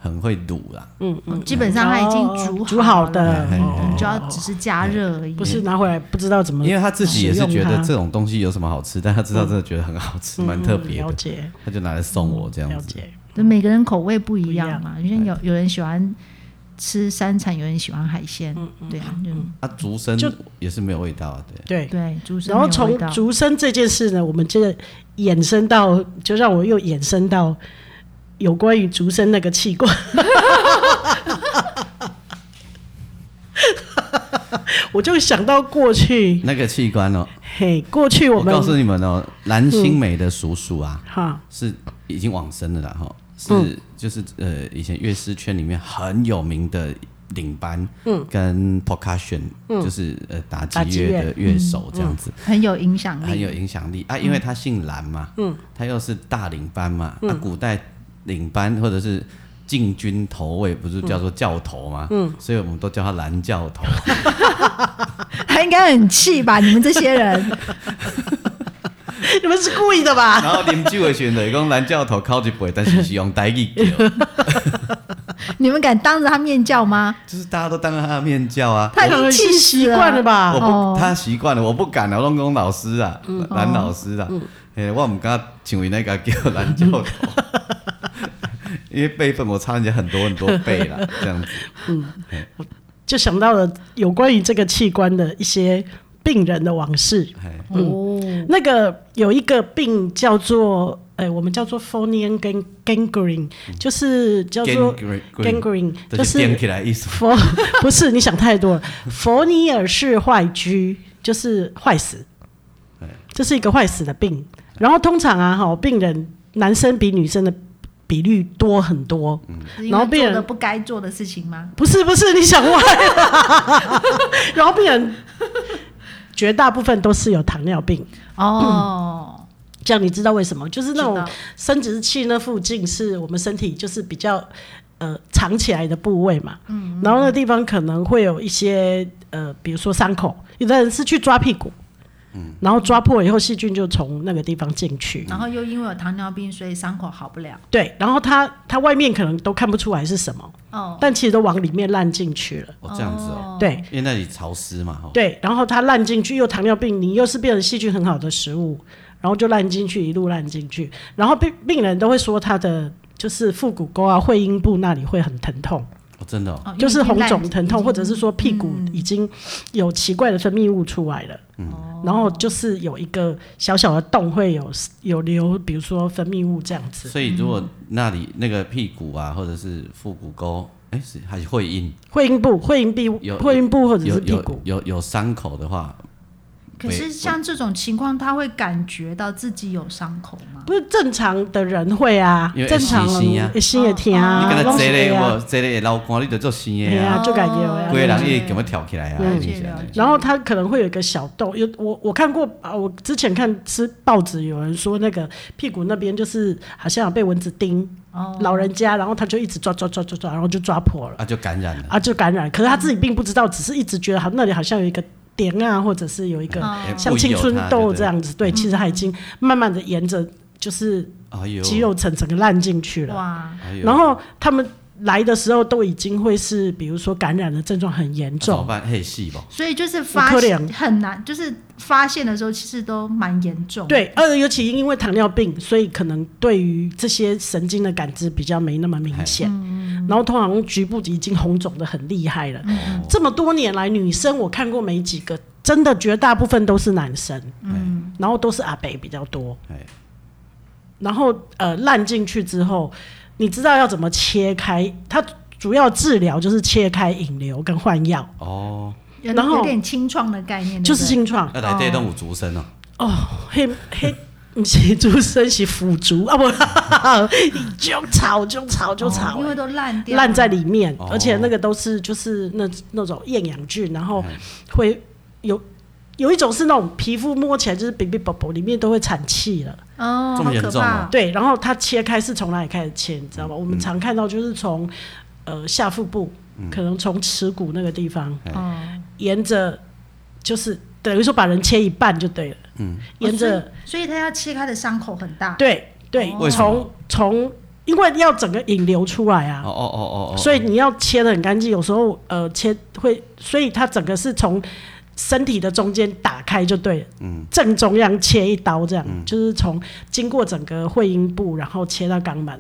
S1: 很会卤啦，
S3: 哦基本上它已经
S2: 哦
S3: 嗯煮
S2: 煮好
S3: 了，
S2: 的
S1: 嘿，嘿
S3: 我们
S2: 哦
S3: 就要只是
S1: 嗯
S3: 加热而已。
S2: 不是拿回来不知道怎么
S1: 因为他自己也是觉
S2: 使用
S1: 得
S2: 它
S1: 这种东西有什么好吃， 但他知道真的觉得很好吃，蛮、特别
S2: 嗯了
S1: 的，
S2: 解嗯
S1: 他就拿来送我这
S2: 了
S1: 样子。
S2: 解。
S3: 就每个人口味不一样嘛，
S2: 不
S3: 因为有有人喜欢吃山产，有人喜欢海鲜，
S2: 嗯
S3: 对啊，就
S1: 啊，竹笙
S2: 就
S1: 也是没有味道啊，对，
S2: 对，
S3: 对，猪是
S2: 然后
S3: 没有味
S2: 从
S3: 道
S2: 竹笙这件事呢，我们接着衍生到，就让我又衍生到有关于竹笙那个器 官。我就想到过去，
S1: 那个器官哦，
S2: 嘿，过去
S1: 我
S2: 我们嗯
S1: 告诉你们哦，蓝心湄的叔叔啊，
S2: 哈，
S1: 是已经往生了啦哈，是、
S2: 嗯
S1: 就是呃以前乐师圈里面很有名的领班，嗯，跟 percussion，、就是呃打
S2: 嗯打击
S1: 击乐
S2: 乐嗯
S1: 的乐手这样子。
S3: 很有影响
S1: 很有
S3: 力，
S1: 影响力啊，因为他姓蓝嘛，嗯，他又是大领班嘛，那、古代领班或者是禁军头位不是叫做教头嘛，嗯，所以我们都叫他蓝教头。
S3: 他应该很气吧？ 你们这些人，
S2: 你们是故意的吧？
S1: 然后啉酒的时阵，讲蓝教头靠一杯，但是是用台语 叫，
S3: 你们敢当着他面叫吗？
S1: 就是大家都当着他的面叫啊。
S3: 他已
S2: 可能
S3: 经
S2: 是
S3: 气
S2: 习
S3: 死
S2: 惯了吧？
S1: 我
S3: 哦
S1: 不，他习惯了，我不敢了。龙工老师啊，蓝老师啊，哎，我唔敢请为那个叫蓝教头， 因为辈分我差人家很多很多倍啦，这样子。
S2: 就想到了有关于这个器官的一些病人的往事。
S1: 哎，
S3: 哦，
S2: 那个有一个病叫做，哎、我们叫做 p h o n i a n gang gangrene，就是叫做
S1: gangrene- gangrene，
S2: gangrene，
S1: 这
S2: 就是是
S1: 颠起来的意思。
S2: 佛不是你想太多了，佛尼尔氏坏疽就是坏死
S1: 哎，
S2: 这是一个坏死的病。然后通常啊，哈，病人男生比女生的比率多很多。
S3: 哦是因
S2: 然后
S3: 为
S2: 病
S3: 做
S2: 人
S3: 了不该做的事情吗？
S2: 不是不是，你想歪了。 然后病人绝大部分都是有糖尿病，
S1: 嗯
S3: 哦，
S2: 这样你知道为什么？就是那
S3: 知
S2: 种
S3: 道
S2: 生殖器那附近是我们身体就是比较呃藏起来的部位嘛，嗯，然后那地方可能会有一些呃，比如说伤口，有的人是去抓屁股，嗯，然后抓破以后细菌就从那个地方进去，
S3: 然后又因为有糖尿病，所以伤口好不了。
S2: 对，然后它它外面可能都看不出来是什么，
S3: 哦，
S2: 但其实都往里面烂进去了，
S1: 哦，这样子哦，
S2: 对。
S1: 因为那里潮湿嘛，哦哈。
S2: 对，然后它烂进去，又糖尿病，你又是变成细菌很好的食物，然后就烂进去，一路烂进去，然后病病人都会说他的就是腹股沟啊、会阴部那里会很疼痛，
S1: 哦，真的哦，
S3: 哦
S2: 就是红肿疼痛，或者
S3: 是
S2: 是说屁股已经有奇怪的分泌物出来了，
S1: 嗯
S2: 然后就是有一个小小的洞会有有流，比如说分泌物这样子，
S1: 所以如果那里那个屁股啊，或者是腹股沟，哎，是还是会阴，
S2: 会阴部、会阴壁、
S1: 有
S2: 会阴部或者
S1: 有
S2: 是屁
S1: 有
S2: 股，
S1: 有有伤口的话，
S3: 可是像这种情况，他会感觉到自己有伤口吗？
S2: 不是正常的人会啊
S1: 因，为
S2: 正常
S1: 会心啊
S2: 人心也疼
S3: 哦
S2: 啊
S1: 你，跟他
S2: 拢
S1: 坐
S2: 是
S1: 咧，
S2: 会啊
S1: 我坐咧老光，你就做生
S2: 哎
S1: 的啊，
S2: 呀，就感觉有呀
S3: 哦
S1: 规个
S3: 人
S1: 人也给我跳起来啊，
S2: 嗯
S1: 你是这样的
S2: 然后它可能会有一个小洞，有我我看过啊，我之前看吃报纸有人说那个屁股那边就是好像有被蚊子叮，
S3: 哦，
S2: 老人家，然后他就一直抓抓抓抓抓，然后就抓破了
S1: 啊就感染了。
S2: 啊，就感染。可是他自己并不知道，只是一直觉得好那里好像有一个点啊，或者是有一个
S3: 哦
S1: 哎
S2: 啊像青春痘这，样子，对，
S3: 嗯
S2: 其实它已经慢慢的沿着就是
S1: 故意有它就对哎呦，
S2: 肌肉层整个烂进去了。
S3: 哇，
S1: 哎呦，
S2: 然后他们来的时候都已经会是，比如说感染的症状很严
S1: 那啊怎么
S2: 重，
S1: 办？嘿，细胞
S3: 所以就是发
S2: 有可能
S3: 很难，就是发现的时候其实都蛮严重。，
S2: 对，呃，尤其因为糖尿病，所以可能对于这些神经的感知比较没那么明显。然后通常局部已经红肿的很厉害了。这么多年来，女生我看过没几个，真的绝大部分都是男生，
S3: 嗯，
S2: 然后都是阿北比较多。
S1: 哎，
S2: 然后呃，烂进去之后，你知道要怎么切开？它主要治疗就是切开引流跟换药，
S1: 哦，
S3: 有
S2: 然后
S3: 有点清创的概念，
S2: 就是
S3: 对不
S2: 性创
S1: 那来这栋有竹升哦，
S2: 哦，黑黑。不是猪身是腐竹啊，不， 就炒就炒就
S3: 对
S2: 炒
S3: 哦，因为都烂掉了，
S2: 欸烂在里面，
S1: 哦
S2: 而且那个都是就是那那种厌氧菌，然后
S1: 嗯
S2: 会有有一种是那种皮肤摸起来就是 baby 宝宝里面都会产气了，
S3: 哦，
S1: 这么
S3: 好
S1: 严
S3: 可
S1: 重
S3: 怕
S1: 啊。
S2: 对，然后它切开是从哪里开始切，你知
S1: 嗯
S2: 道吗？我们常看到就是从呃下腹部，
S1: 嗯
S2: 可能从耻骨那个地方，
S3: 哦，
S2: 沿着就是等于说把人切一半就对了，
S1: 嗯，
S2: 沿着。
S3: 哦所以他要切开的伤口很大。
S2: 对对
S3: 哦，为
S1: 什么
S2: 从从因为要整个引流出来
S1: 哦
S2: 啊，
S1: 哦哦哦哦，
S2: 所以你要切的很干净。有时候呃切会，所以它整个是从身体的中间打开就对了，
S1: 嗯，
S2: 正中央切一刀，这样、就是从经过整个会阴部，然后切到肛门。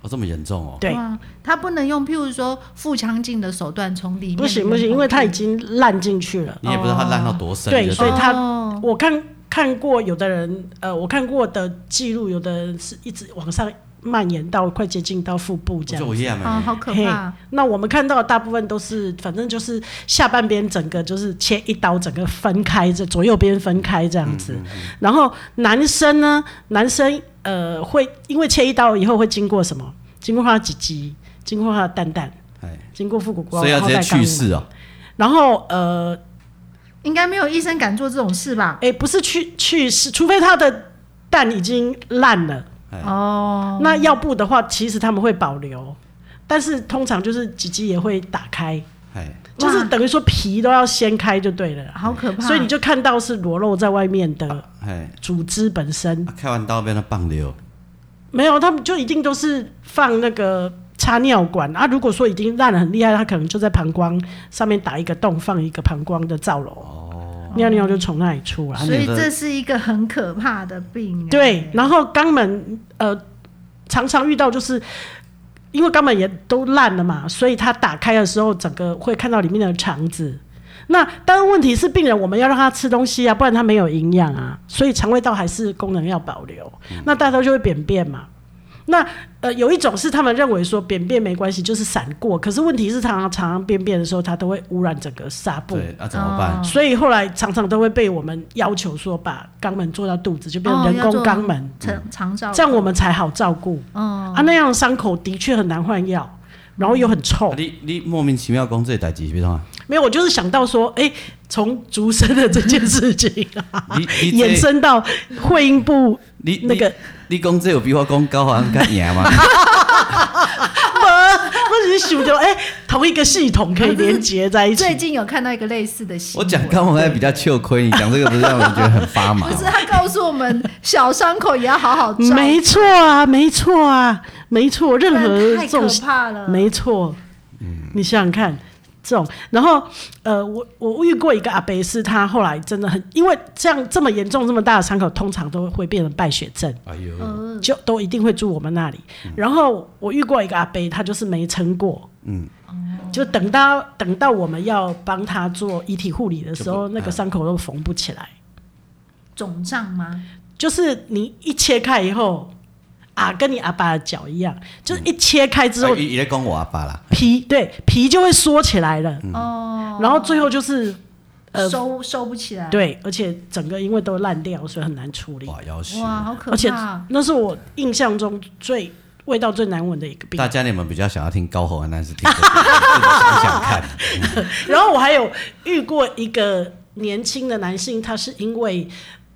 S1: 哦这么严重哦，
S2: 对，
S3: 哇，他不能用譬如说腹腔镜的手段从里面
S2: 不行不行，因为它已经烂进去了。
S1: 你也不知道它烂到多深，
S2: 对
S1: 就是
S2: 所以它
S3: 哦
S2: 我看看过有的人，呃，我看过的记录，有的人是一直往上蔓延到快接近到腹部这样
S1: 就。我一样
S3: 啊，
S1: 嘛，
S3: 好可
S2: 嘿
S3: 怕！
S2: 那我们看到的大部分都是，反正就是下半边整个就是切一刀，整个分开，这左右边分开这样
S1: 嗯
S2: 子。然后男生呢，男生呃会因为切一刀以后会经过什么？经过他的鸡鸡，经过他的蛋蛋，
S1: 哎，
S2: 经过腹股沟，
S1: 所以要
S2: 然
S1: 直
S2: 后
S1: 接
S2: 再肛
S1: 去
S2: 门。
S1: 世哦，
S2: 然后呃，
S3: 应该没有医生敢做这种事吧？
S2: 哎，不是去去世，除非他的蛋已经烂了。
S3: 哦，
S2: 那要不的话，其实他们会保留，但是通常就是鸡鸡也会打开，
S1: 哎，
S2: 就是等于说皮都要掀开就对了啦。
S3: 好可怕！
S2: 所以你就看到是裸露在外面的
S1: 哎，
S2: 组织本身，
S1: 啊开完刀变成棒流，
S2: 没有，他们就一定都是放那个插尿管啊。如果说已经烂得很厉害，他可能就在膀胱上面打一个洞，放一个膀胱的造瘘，尿尿就从那里出来。
S1: 啊
S3: 所以
S1: 你的
S3: 这是一个很可怕的病。哎
S2: 对，，然后肛门呃常常遇到就是因为钢板也都烂了嘛，所以他打开的时候，整个会看到里面的肠子。那当然，问题是病人我们要让他吃东西啊，不然他没有营养啊，所以肠胃道还是功能要保留。那大家就会便便嘛。那呃，有一种是他们认为说便便没关系，就是闪过。可是问题是，常常常常便便的时候，它都会污染整个纱布，
S1: 对，啊那、怎么办？
S3: 哦
S2: 所以后来常常都会被我们要求说把肛门做到肚子，就变成
S3: 哦
S2: 人
S3: 要
S2: 工
S3: 做
S2: 肛门，嗯
S3: 长长照
S2: 这样我们才好照顾。
S3: 哦，
S2: 啊，那样的伤口的确很难换药，然后又很臭
S1: 啊。你你莫名其妙讲这代志是变怎啊？
S2: 没有，我就是想到说，哎、从竹生的这件事情、
S1: ，
S2: 啊
S1: 你你
S2: 衍
S1: 这
S2: 生到会阴部
S1: 你
S2: 那个，
S1: 你讲这有比我讲高行更赢 吗？
S2: 我只是想到，哎、同一个系统可以连接在一
S3: 最
S2: 起。
S3: 近有看到一个类似的新
S1: 我
S3: 闻，
S1: 讲高行还比较吃亏，你讲这个不是让人觉得很发麻
S3: 不
S2: 啊
S1: 吗
S3: 是？他告诉我们，小伤口也要好好照顾，
S2: 没错啊，没错啊，没错，
S3: 不
S2: 任
S3: 然
S2: 何
S3: 太
S2: 这
S3: 可
S2: 种
S3: 怕了。
S2: 没错，
S1: 嗯
S2: 你想想看，这种，然后呃，我我遇过一个阿伯，是他后来真的很，因为这样这么严重、这么大的伤口，通常都会变成败血症，
S1: 哎呦，
S3: 嗯，
S2: 就都一定会住我们那里。然后我遇过一个阿伯，他就是没撑过，
S1: 嗯，
S2: 就等到等到我们要帮他做遗体护理的时候，
S1: 就不哎
S2: 那个伤口都缝不起来，
S3: 肿胀吗？
S2: 就是你一切开以后。啊，跟你阿爸的脚一样，就是
S1: 嗯
S2: 一切开之后，
S1: 伊伊在讲我阿爸啦，
S2: 皮对皮就会缩起来了，
S3: 哦，
S2: 然后最后就是，嗯呃，
S3: 收收不起来，，
S2: 对，而且整个因为都烂掉，所以很难处理。
S1: 哦哇，要死！
S3: 哇，好可
S2: 而且
S3: 怕。
S2: 那是我印象中最味道最难闻的一个病
S1: 大。家你们比较想要听高洪安，还是听这个？自己想想看，
S2: 然后我还有遇过一个年轻的男性，他是因为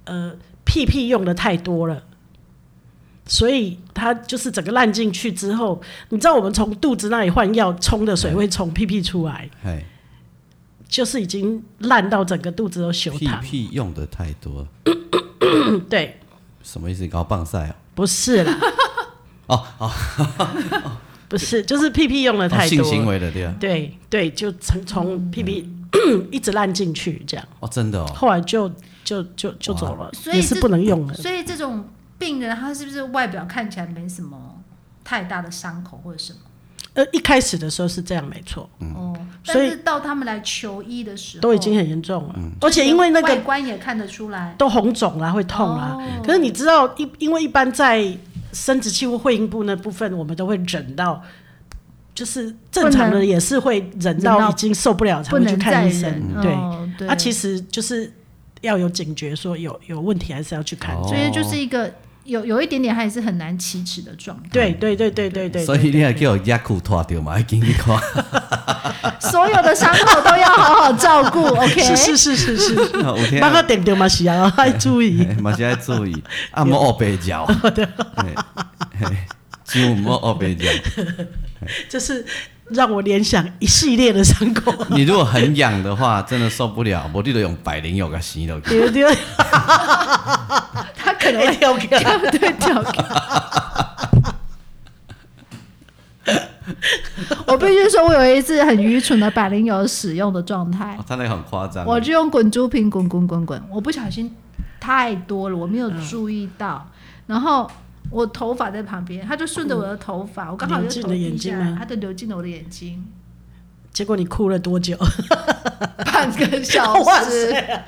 S2: 呃屁屁用的太多了。所以他就是整个烂进去之后，你知道我们从肚子那里换药冲的水会从屁屁出来，
S1: 嘿，
S2: 就是已经烂到整个肚子都羞
S1: 屁
S2: 淌。
S1: 屁用的太多了，
S2: 嗯对，
S1: 什么意思？搞棒赛哦
S2: 不是啦，
S1: 哦哦
S2: 不是，就是屁屁用的
S1: 哦，
S2: 太多
S1: 性
S2: 了。
S1: 行为的对啊，
S2: 对对，就从
S3: 嗯
S2: 从屁屁 一直烂进去这样，
S1: 哦，真的哦，
S2: 后来就就就就走了，
S3: 所以
S2: 也是
S3: 这哦
S2: 不能用了。
S3: 所以这种病人他是不是外表看起来没什么太大的伤口或者什么？
S2: 呃，一开始的时候是这样，没错，
S3: 哦，但
S2: 嗯所以
S3: 是到他们来求医的时候，
S2: 都已经很严重了，
S1: 嗯
S2: 而且因为那
S3: 外
S2: 个
S3: 观也看得出来，
S2: 都红肿啦，会痛啦。
S3: 哦
S2: 可是你知道，一因为一般在生殖器或会阴部那部分，我们都会忍到。就是正常
S3: 不
S2: 的
S3: 能
S2: 也是会忍
S3: 忍
S2: 到
S3: 到
S2: 已经受不了才
S3: 不
S2: 会去
S3: 能
S2: 看
S3: 再
S2: 医生
S3: 忍，。
S2: 对，
S3: 哦对，
S2: 啊，其实就是要有警觉，说有有问题还是要去看。
S1: 哦
S3: 所以就是一个有有一点点还是很难启齿的状态。
S2: 对对对对对对，
S1: 所以你还叫我压裤脱掉嘛，要紧去 看。
S3: 所有的伤口都要好好照 顾
S2: 是
S3: ，OK？
S2: 是是是是，
S1: 有听
S2: 包括
S1: 啊，
S2: 点点嘛是啊，要注 意。
S1: 嘿嘛是要注意，啊，莫黑白 脚，
S2: 哦
S1: 嘿嘿就莫黑白脚。
S2: 就是让我联想一系列的伤 口。
S1: 你如果很痒的话，真的受不了，我你就用百灵药给洗了。
S2: 丢丢
S3: 他可能
S2: 哎
S3: 会
S2: 丢个，
S3: 掉对掉开。 我必须说，我有一次很愚蠢的百灵油使用的状态
S1: 哦，他那个很夸
S2: 嗯
S1: 张，
S3: 我就用滚珠瓶滚滚滚滚，我不小心太多了，我没有注意
S2: 嗯
S3: 到，然后。我头发在旁边，他就顺着我的头发，我刚好
S2: 流
S3: 就
S2: 进
S3: 头
S2: 了眼
S3: 低
S2: 睛
S3: 下来
S2: 吗，
S3: 他就流进了我的眼睛，
S2: 结果你哭了多久？
S3: 半个小
S2: 哇
S3: 时，
S2: 塞，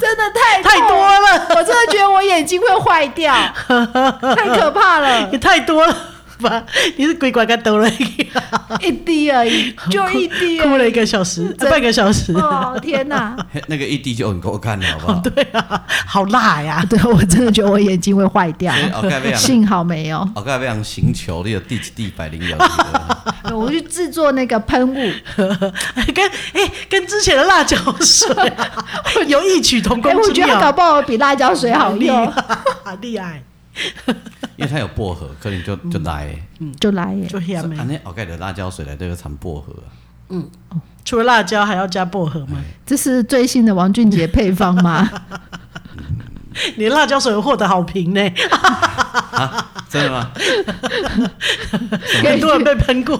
S3: 真的太
S2: 太
S3: 痛
S2: 多了，
S3: 我真的觉得我眼睛会坏 掉，太可怕 了
S2: 也，太多了吧？你是鬼怪该抖了一个，
S3: 一滴而已，就一滴
S2: 哭
S3: 而
S2: 了
S3: 已。
S2: 一个小时，呃
S3: 真
S2: 半个小时，
S3: 哦天哪！
S1: 嘿那个一滴就很够看了，好不好？
S2: 对啊，好辣呀！
S3: 对，我真的觉得我眼睛会坏掉
S2: 啊
S1: 所以后盖被人，
S3: 幸好没有，
S1: 后盖被人行求，你有第几滴百灵药？啊对
S3: 我去制作那个 喷雾，
S2: 跟哎跟之前的辣椒水 啊有异曲同工
S3: 哎，我
S2: 之
S3: 觉得它搞
S2: 妙，
S3: 不好比辣椒水好
S2: 厉
S3: 用，
S2: 害，厉害，
S1: 因为它有薄荷，可能就就来的。
S3: 就来耶。
S2: 就香
S1: 啊，
S2: 嗯没。
S1: 那后盖的辣椒水来都有掺薄荷啊，
S2: 除了辣椒，还要加薄荷吗？
S3: 这是最新的王俊杰配方 吗？
S2: 你辣椒水有获得好评呢，
S1: 啊，真的吗？
S2: 很多人被喷过，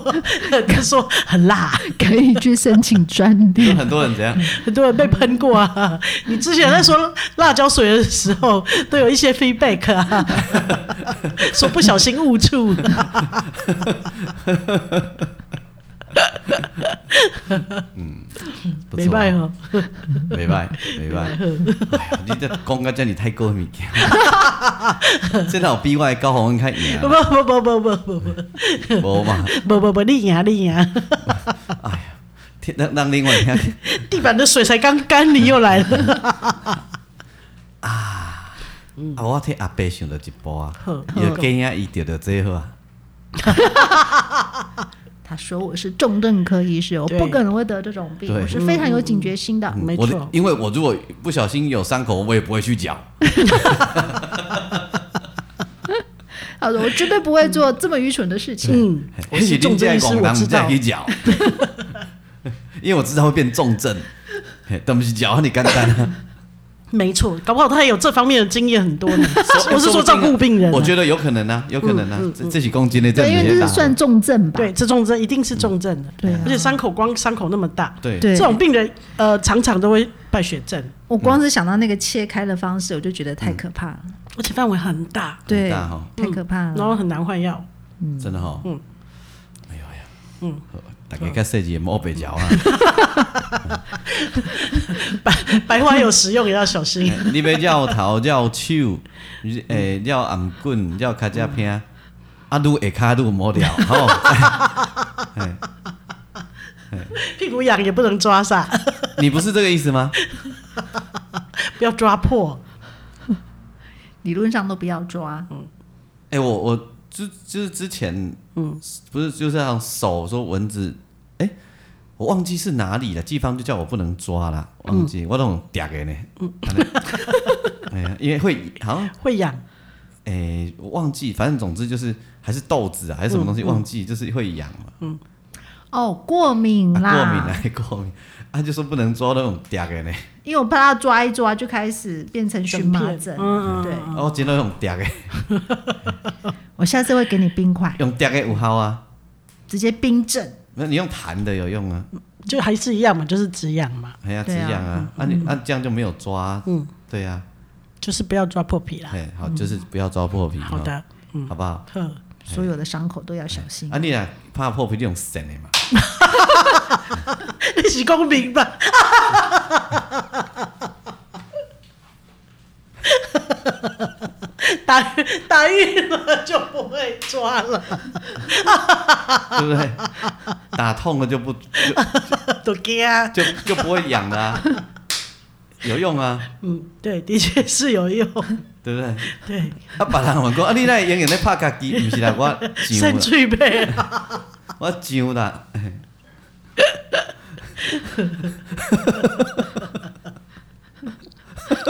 S2: 他说很辣，
S3: 可以去申请专
S1: 有
S3: 利。
S1: 很多人怎样？
S2: 很多人被喷过啊。你之前在说辣椒水的时候，都有一些 feedback 啊，说不小心误触。
S1: 不错啊
S2: 没办哦，
S1: 袂歹，袂歹。哎呀你这讲到遮尔太过物件， 这老比我的高洪恩较赢
S2: 不
S1: 啦，
S2: 不不不不不不
S1: 无嘛？
S2: 不不不，你赢你赢，
S1: 哎呀，听让让另外听
S2: 地板的水才刚干，你又来了。
S1: 啊，我替阿伯想到一步啊
S2: 嗯好，
S1: 有惊啊，伊着着这好啊，
S3: 他说我是重症科医师，我
S2: 对
S3: 不可能会得这种病，
S1: 对嗯
S3: 我是非常有警觉心的。
S2: 没
S1: 我
S2: 错
S1: 因为我如果不小心有伤口，我也不会去咬。
S3: 他啊说我绝对不会做这么愚蠢的事情。
S2: 嗯，我
S1: 也
S2: 是
S1: 许
S2: 重
S1: 你
S2: 症
S1: 在
S2: 医师，
S1: 广
S2: 我
S1: 南
S2: 知道
S1: 再。去咬， 因为我知道会变重症，嘿但不是咬你简单啊。
S2: 没错，搞不好他有这方面的经验很多呢。
S1: 说
S2: 我是说照顾病人啊、嗯
S1: 我觉得有可能啊，有可能啊，这这几公斤的这
S3: 对，因
S1: 样
S3: 为这
S1: 子也
S3: 是
S1: 打
S3: 算重症吧？
S2: 对，这重症一定是重症的，
S3: 对啊
S2: 而且伤口光伤口那么大，
S1: 对
S3: 对
S2: 这种病人呃常常都会败血症，
S3: 我光是想到那个切开的方式，我就觉得太可怕了。
S2: 而且范围很大，
S3: 对，
S1: 嗯很大哈嗯
S3: 太可怕
S2: 然
S3: 了。
S2: 后很难换药。
S1: 真的哈，
S2: 嗯，
S1: 哎呦呀，嗯，大家较细节莫白嚼啦，
S2: 白花有食用也要小 心。
S1: 你要绕头绕手，诶，绕颔棍绕脚趾片，啊，愈下骹愈莫了，吼，
S2: 屁股痒也不能抓撒，
S1: 你不是这个意思吗？
S2: 不要抓破。
S3: 理论上都不要抓，
S1: 哎，我我之就是之前，嗯，不是就是让手说蚊子，哎，我忘记是哪里了，季芳就叫我不能抓啦，忘记我拢嗲个呢，这样哎呀，因为会好像
S2: 会痒，
S1: 诶、我忘记，反正总之就是还是豆子啊，还是什么东
S2: 嗯
S1: 西，忘记就是会痒嘛，啊
S3: 哦，过敏
S2: 嗯
S3: 啦，
S1: 啊、过敏啊，过敏，啊就说不能抓那种嗲的呢，
S3: 因为我怕它抓一抓就开始变成荨麻疹。
S2: 嗯，
S3: 对，
S1: 啊我见到那种嗲的，
S3: 我下次会给你冰块，
S1: 用嗲的有效啊，
S3: 直接冰镇。
S1: 那你用弹的有用啊，
S2: 就还是一样嘛，就是止痒嘛，
S1: 哎呀止
S3: 对啊
S1: 痒啊，
S2: 嗯
S1: 啊你啊这样就没有抓、嗯，对呀、
S2: 就是不要抓破皮
S1: 啊，
S2: 啦。
S1: 哎好，就是不要抓破皮，
S2: 好的，嗯
S1: 哦，好不好？
S2: 呵，
S3: 所有的伤口都要小心
S1: 啊，你啊怕破皮你用绳的嘛，
S2: 一起公平吧。 打打晕了就不会抓了，
S1: 对不对？打痛了就不就
S2: 都惊啊！
S1: 就就不会痒了、啊，有用啊，
S2: 嗯，对，的确是有用。
S1: 对不对？
S2: 对，
S1: 啊，别人问讲，啊，你那永远咧拍家己，毋是啦，我上
S2: 肾
S1: 啦，
S2: 具备啊，
S1: 我上啦， 嗯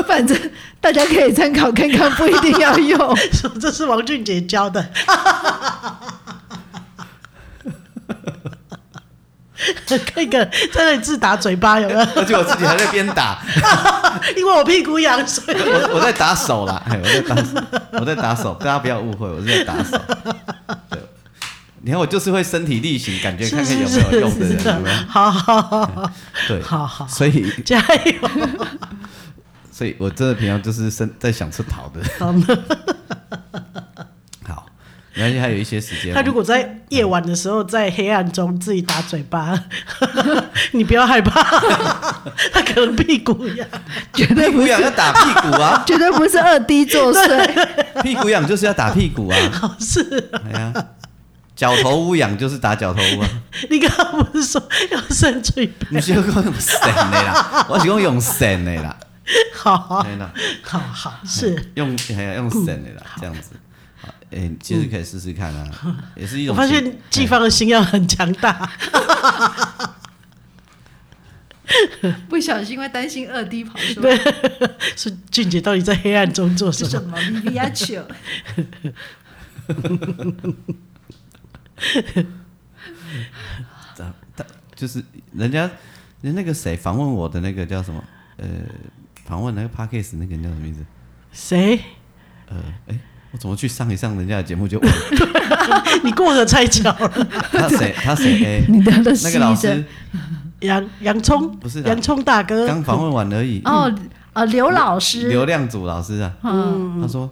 S3: 反正大家可以参考看看，不一定要用。
S2: 说 这是王俊杰教的。 看一个在那里自打嘴巴有没有？
S1: 而且我自己还在边打，
S2: 因为我屁股痒，所以
S1: 我我在打手啦， 哎，我在打手，我在打手，大家不要误会，我是在打手。对，你看我就是会身体力行，感觉看看有没有用的人，有没有
S2: 好好好，
S1: 对，
S2: 好好
S1: 所以
S2: 加油！
S1: 所以我真的平常就是身在想吃桃的，
S2: 好
S1: 好，没关系，还有一些时间，
S2: 他 如果在夜晚的时候在黑暗中自己打嘴巴， 你不要害怕， 他可能屁股痒。
S3: 绝对
S1: 屁
S3: 不
S1: 股
S3: 是，
S1: 痒要打屁股 啊，
S3: 绝对不是二 D 作祟。
S1: 屁股痒就是要打屁股啊，
S2: 好 是，
S1: 哎呀，脚头乌痒就是打脚头乌啊。
S2: 你刚刚不是说要伸嘴巴？
S1: 毋是讲用神的啦，我是讲用神的啦，
S2: 好好
S1: 嘿啦，
S2: 好好是。
S1: 用嘿啊用神的啦，这样子。好诶，其实可以试试看啊， 也是一
S2: 我
S1: 种。
S2: 发现季芳的心要很强大，
S3: 不小心会担心二 D 跑出
S2: 对，是俊杰到底在黑暗中做什
S3: 是什
S2: 么？
S3: 么 v i a c i o
S1: 就是人家人那个谁访问我的那个叫什么呃，访问那个 Parkes 那个人叫什么名字？
S2: 谁？
S1: 呃，哎，我我怎么去上一上人家的节目就忘了
S2: 你过河拆桥了，
S1: 他谁他谁 A
S3: 你的
S1: 那个老师
S2: 洋洋葱
S1: 不是啦
S2: 洋葱大哥，
S1: 刚访问完而已，
S3: 哦，呃，刘老师，
S1: 刘亮祖老师啊，
S3: 嗯，
S1: 他说：“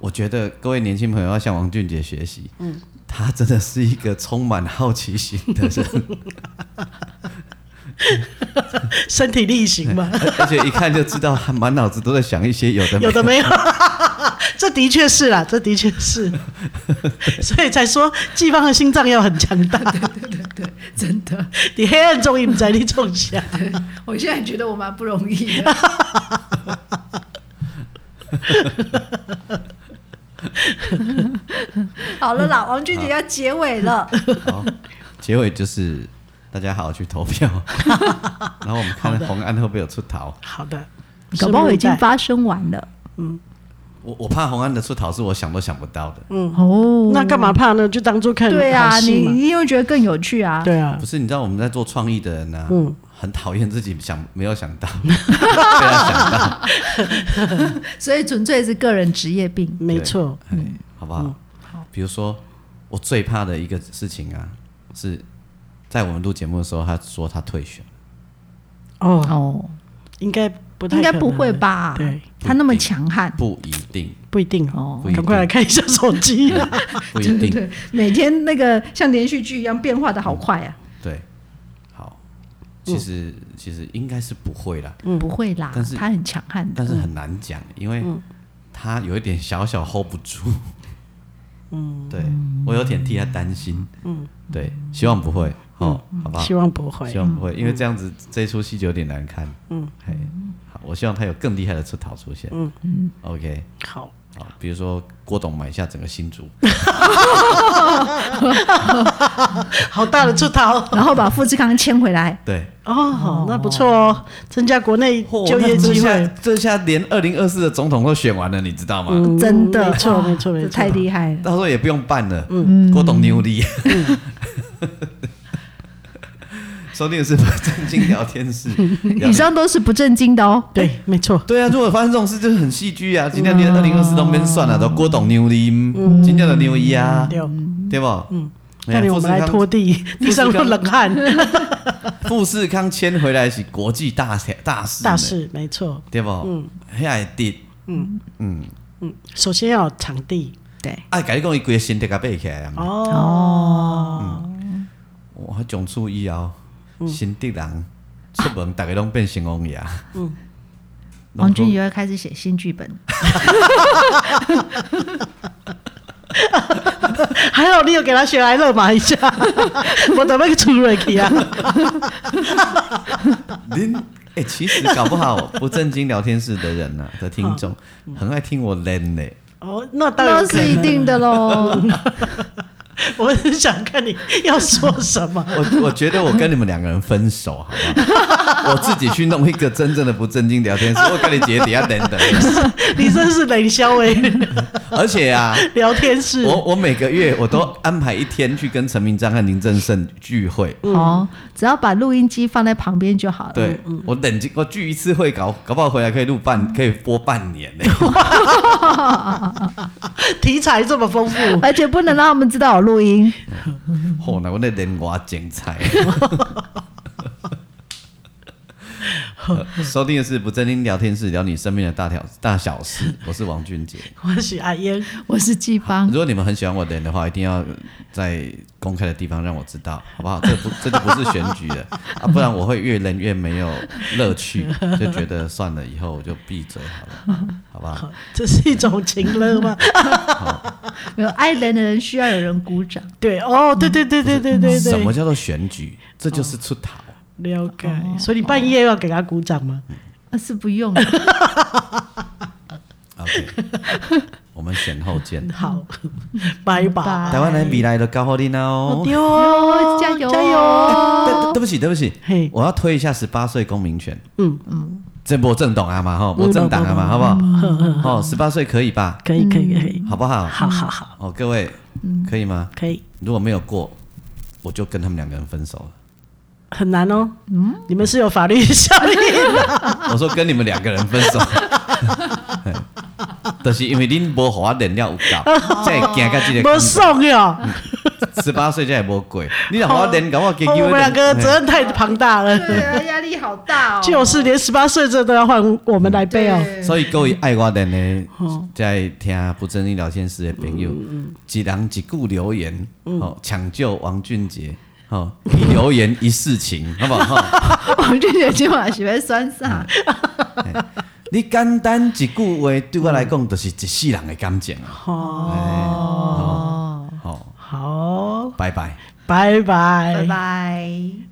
S1: 我觉得各位年轻朋友要向王俊杰学习，嗯，他真的是一个充满好奇心的人，
S2: 身体力行嘛，
S1: 而且一看就知道他满脑子都在想一些有的没
S2: 有的 没有，这的确是啦，这的确是，所以才说季芳的心脏要很强 大。
S3: 真的，
S2: 你黑暗中你不在，你中下，
S3: 我现在觉得我蛮不容易的。 好了啦，王俊杰要结尾
S2: 啊
S3: 了，
S1: 好，结尾就是大家好好去 投票，然后我们看红安会不会有出逃。
S2: 好的，
S3: 搞不好已经
S2: 拭目以待
S3: 发生完了。
S1: 我我怕红安的出逃是我想都想不到的，
S2: 嗯
S3: 哦
S2: 那干嘛怕呢？就当做看
S3: 对啊，
S2: 好戏
S3: 你
S2: 嘛
S3: 一定会觉得更有趣啊。
S2: 对啊
S1: 不，是你知道我们在做创意的人呢、
S2: 嗯
S1: 很讨厌自己想没有想到， 被他想到，
S3: 所以纯粹是个人职业病。
S2: 没错，
S1: 哎，好不好？比如说，我最怕的一个事情啊，是在我们录节目的时候，他说他退选，
S2: 哦，
S3: 哦，
S2: 应该不太，
S3: 应该不会？吧？
S2: 对，
S3: 他那么强悍。
S1: 不一 定，
S2: 不一定哦，
S3: 哦
S1: 不一定
S2: 赶快来看一下手机啊。
S1: 不一定，
S3: 对， 每天那个像连续剧一样变化的好快啊。
S1: 对，好，其实其实应该是不会啦，
S2: 嗯
S3: 不会啦
S1: 但是，
S3: 他很强悍的
S1: 但。是很难讲，因为他有一点小小 hold 不住，嗯，对我有点替他担心，嗯，对，希望不会，哦，好不好
S2: 希？望不
S1: 希
S2: 会。
S1: 望不会，因为这样子这一出戏就有点难看。嗯，嘿，好，我希望他有更厉害的出逃出现。嗯嗯，OK，
S2: 好，
S1: 好，比如说郭董买下整个 新竹，
S2: 好大的出逃
S3: 然后把富士康牵 回来，
S1: 对，
S2: 哦，那不错哦，增加国内就业机
S1: 哦那哎
S2: 会。
S1: 这下这下连二零二四的总统都选完了，你知道吗？
S2: 嗯
S3: 真的，
S2: 没错，
S3: 哇
S2: 没错，
S3: 这
S2: 没错。
S3: 太厉害了。
S1: 到时候也不用办了。嗯，郭董牛力。
S2: 嗯
S1: 收听的是不正经聊 天室，聊
S3: 以上都是不正经的哦。
S2: 对，没错。
S1: 对啊，如果发生这种事，就是很戏剧
S2: 嗯
S1: 啊！今天连二零二四都没算了，都郭董牛力，今天的牛一啊，
S2: 对，
S1: 对不？嗯，
S2: 嗯那你我们来拖 地，地上有冷汗，
S1: 富士康签回来是国际大事大事呢
S2: 大事没错。
S1: 对不？嗯，遐地
S2: 首先要有场地
S3: 对，
S1: 啊，甲你讲伊规个新得甲背起来啊，
S2: 哦，
S1: 哇，从此以后
S2: 嗯
S1: 新得人出门，大家拢变成王爷。嗯，
S3: 王俊也要开始写新剧本，
S2: 还好你有给他学来乐马 一下，我准备出瑞奇啊。
S1: 您哎，其实搞不好不正经聊天室的人呐的听众，
S2: 嗯
S1: 很爱听我练嘞。
S2: 哦，那当然
S3: 那
S2: 可
S3: 是一
S2: 以。
S3: 定的 喽。
S2: 我很想看你要说什么。
S1: 我我觉得我跟你们两个人分手，好不好？我自己去弄一个真正的不正经聊天室，我跟你姐底下等等。
S2: 你真是冷笑 诶，
S1: 而且啊，
S2: 聊天室
S1: 我我每个月我都安排一天去跟陈明章和林正盛聚会。
S3: 哦，只要把录音机放在旁边就好了。
S1: 对，我冷静，我聚一次会搞，搞不好回来可以录半，可以播半年呢、
S2: 题材这么丰 富，
S3: 而且不能让他们知道我录音。
S1: 后来我那人我精彩。呃收听的是不正经聊天室，聊你生命的大条大小事。我是王俊杰。
S2: 我是阿燕，
S3: 我是季芳
S2: 嗯
S1: 如，果你们很喜欢我的人的话，一定要在公开的地方让我知道，好不好？这不这就不是选举了 啊，不然我会越人越没有乐趣，就觉得算了，以后我就闭嘴好了，好不好？
S2: 这是一种情乐 吗？
S3: 没有爱人的人需要有人鼓掌。
S2: 对，哦，对对对对 对对
S1: 什么
S2: 对，
S1: 叫做选举？这就是出逃。
S2: 了解。所以你半夜要给他鼓掌吗？
S3: 啊，是不用了
S1: OK，我 们选后见。
S2: 哦好， 拜拜。
S1: 台湾人未来的高好你呢
S2: 哦
S1: 哦。
S2: 丢
S3: 哦
S2: 哦，
S3: 加油
S2: 加油！哦
S1: 对对不起，对不起
S2: 嘿，
S1: 我要推一下十八岁公民权。
S2: 嗯
S1: 嗯，这波政党啊嘛，哈，我政党啊嘛，好
S2: 嗯
S1: 不好？哦，十八岁可以吧？
S2: 可以可以可以，
S1: 好不好？
S2: 嗯好好好，嗯
S1: 哦，各位，可以吗？
S2: 可以，
S1: 如果没有过，我就跟他们两个人分手了。
S2: 很难哦。你们是有 法律效力的。
S1: 我说跟你们两个人分手。 就是因为恁无互我练了 有够，才会行到这个
S2: 没
S1: 地
S2: 送哟，
S1: 步。十八岁才会无过，你若互我练到我给
S2: 哦
S1: 你
S2: 我们两个责任太庞大了，
S3: 对啊，压力好大哦。
S2: 就是连十八岁这都要换我们来背哦。
S3: 对
S1: 所以各位爱我的呢，在听不正义聊天室的朋
S2: 嗯
S1: 友，一人一句留言，哦，抢救王俊杰，哦，一留言一事情，好不好？哈
S3: 王俊杰今晚是要酸啥？
S1: 你简单一句话对我来讲，就是一世人的感情啊！
S3: 哦，
S1: 好，
S2: 好，
S1: 拜拜。
S2: 拜拜
S3: 拜拜。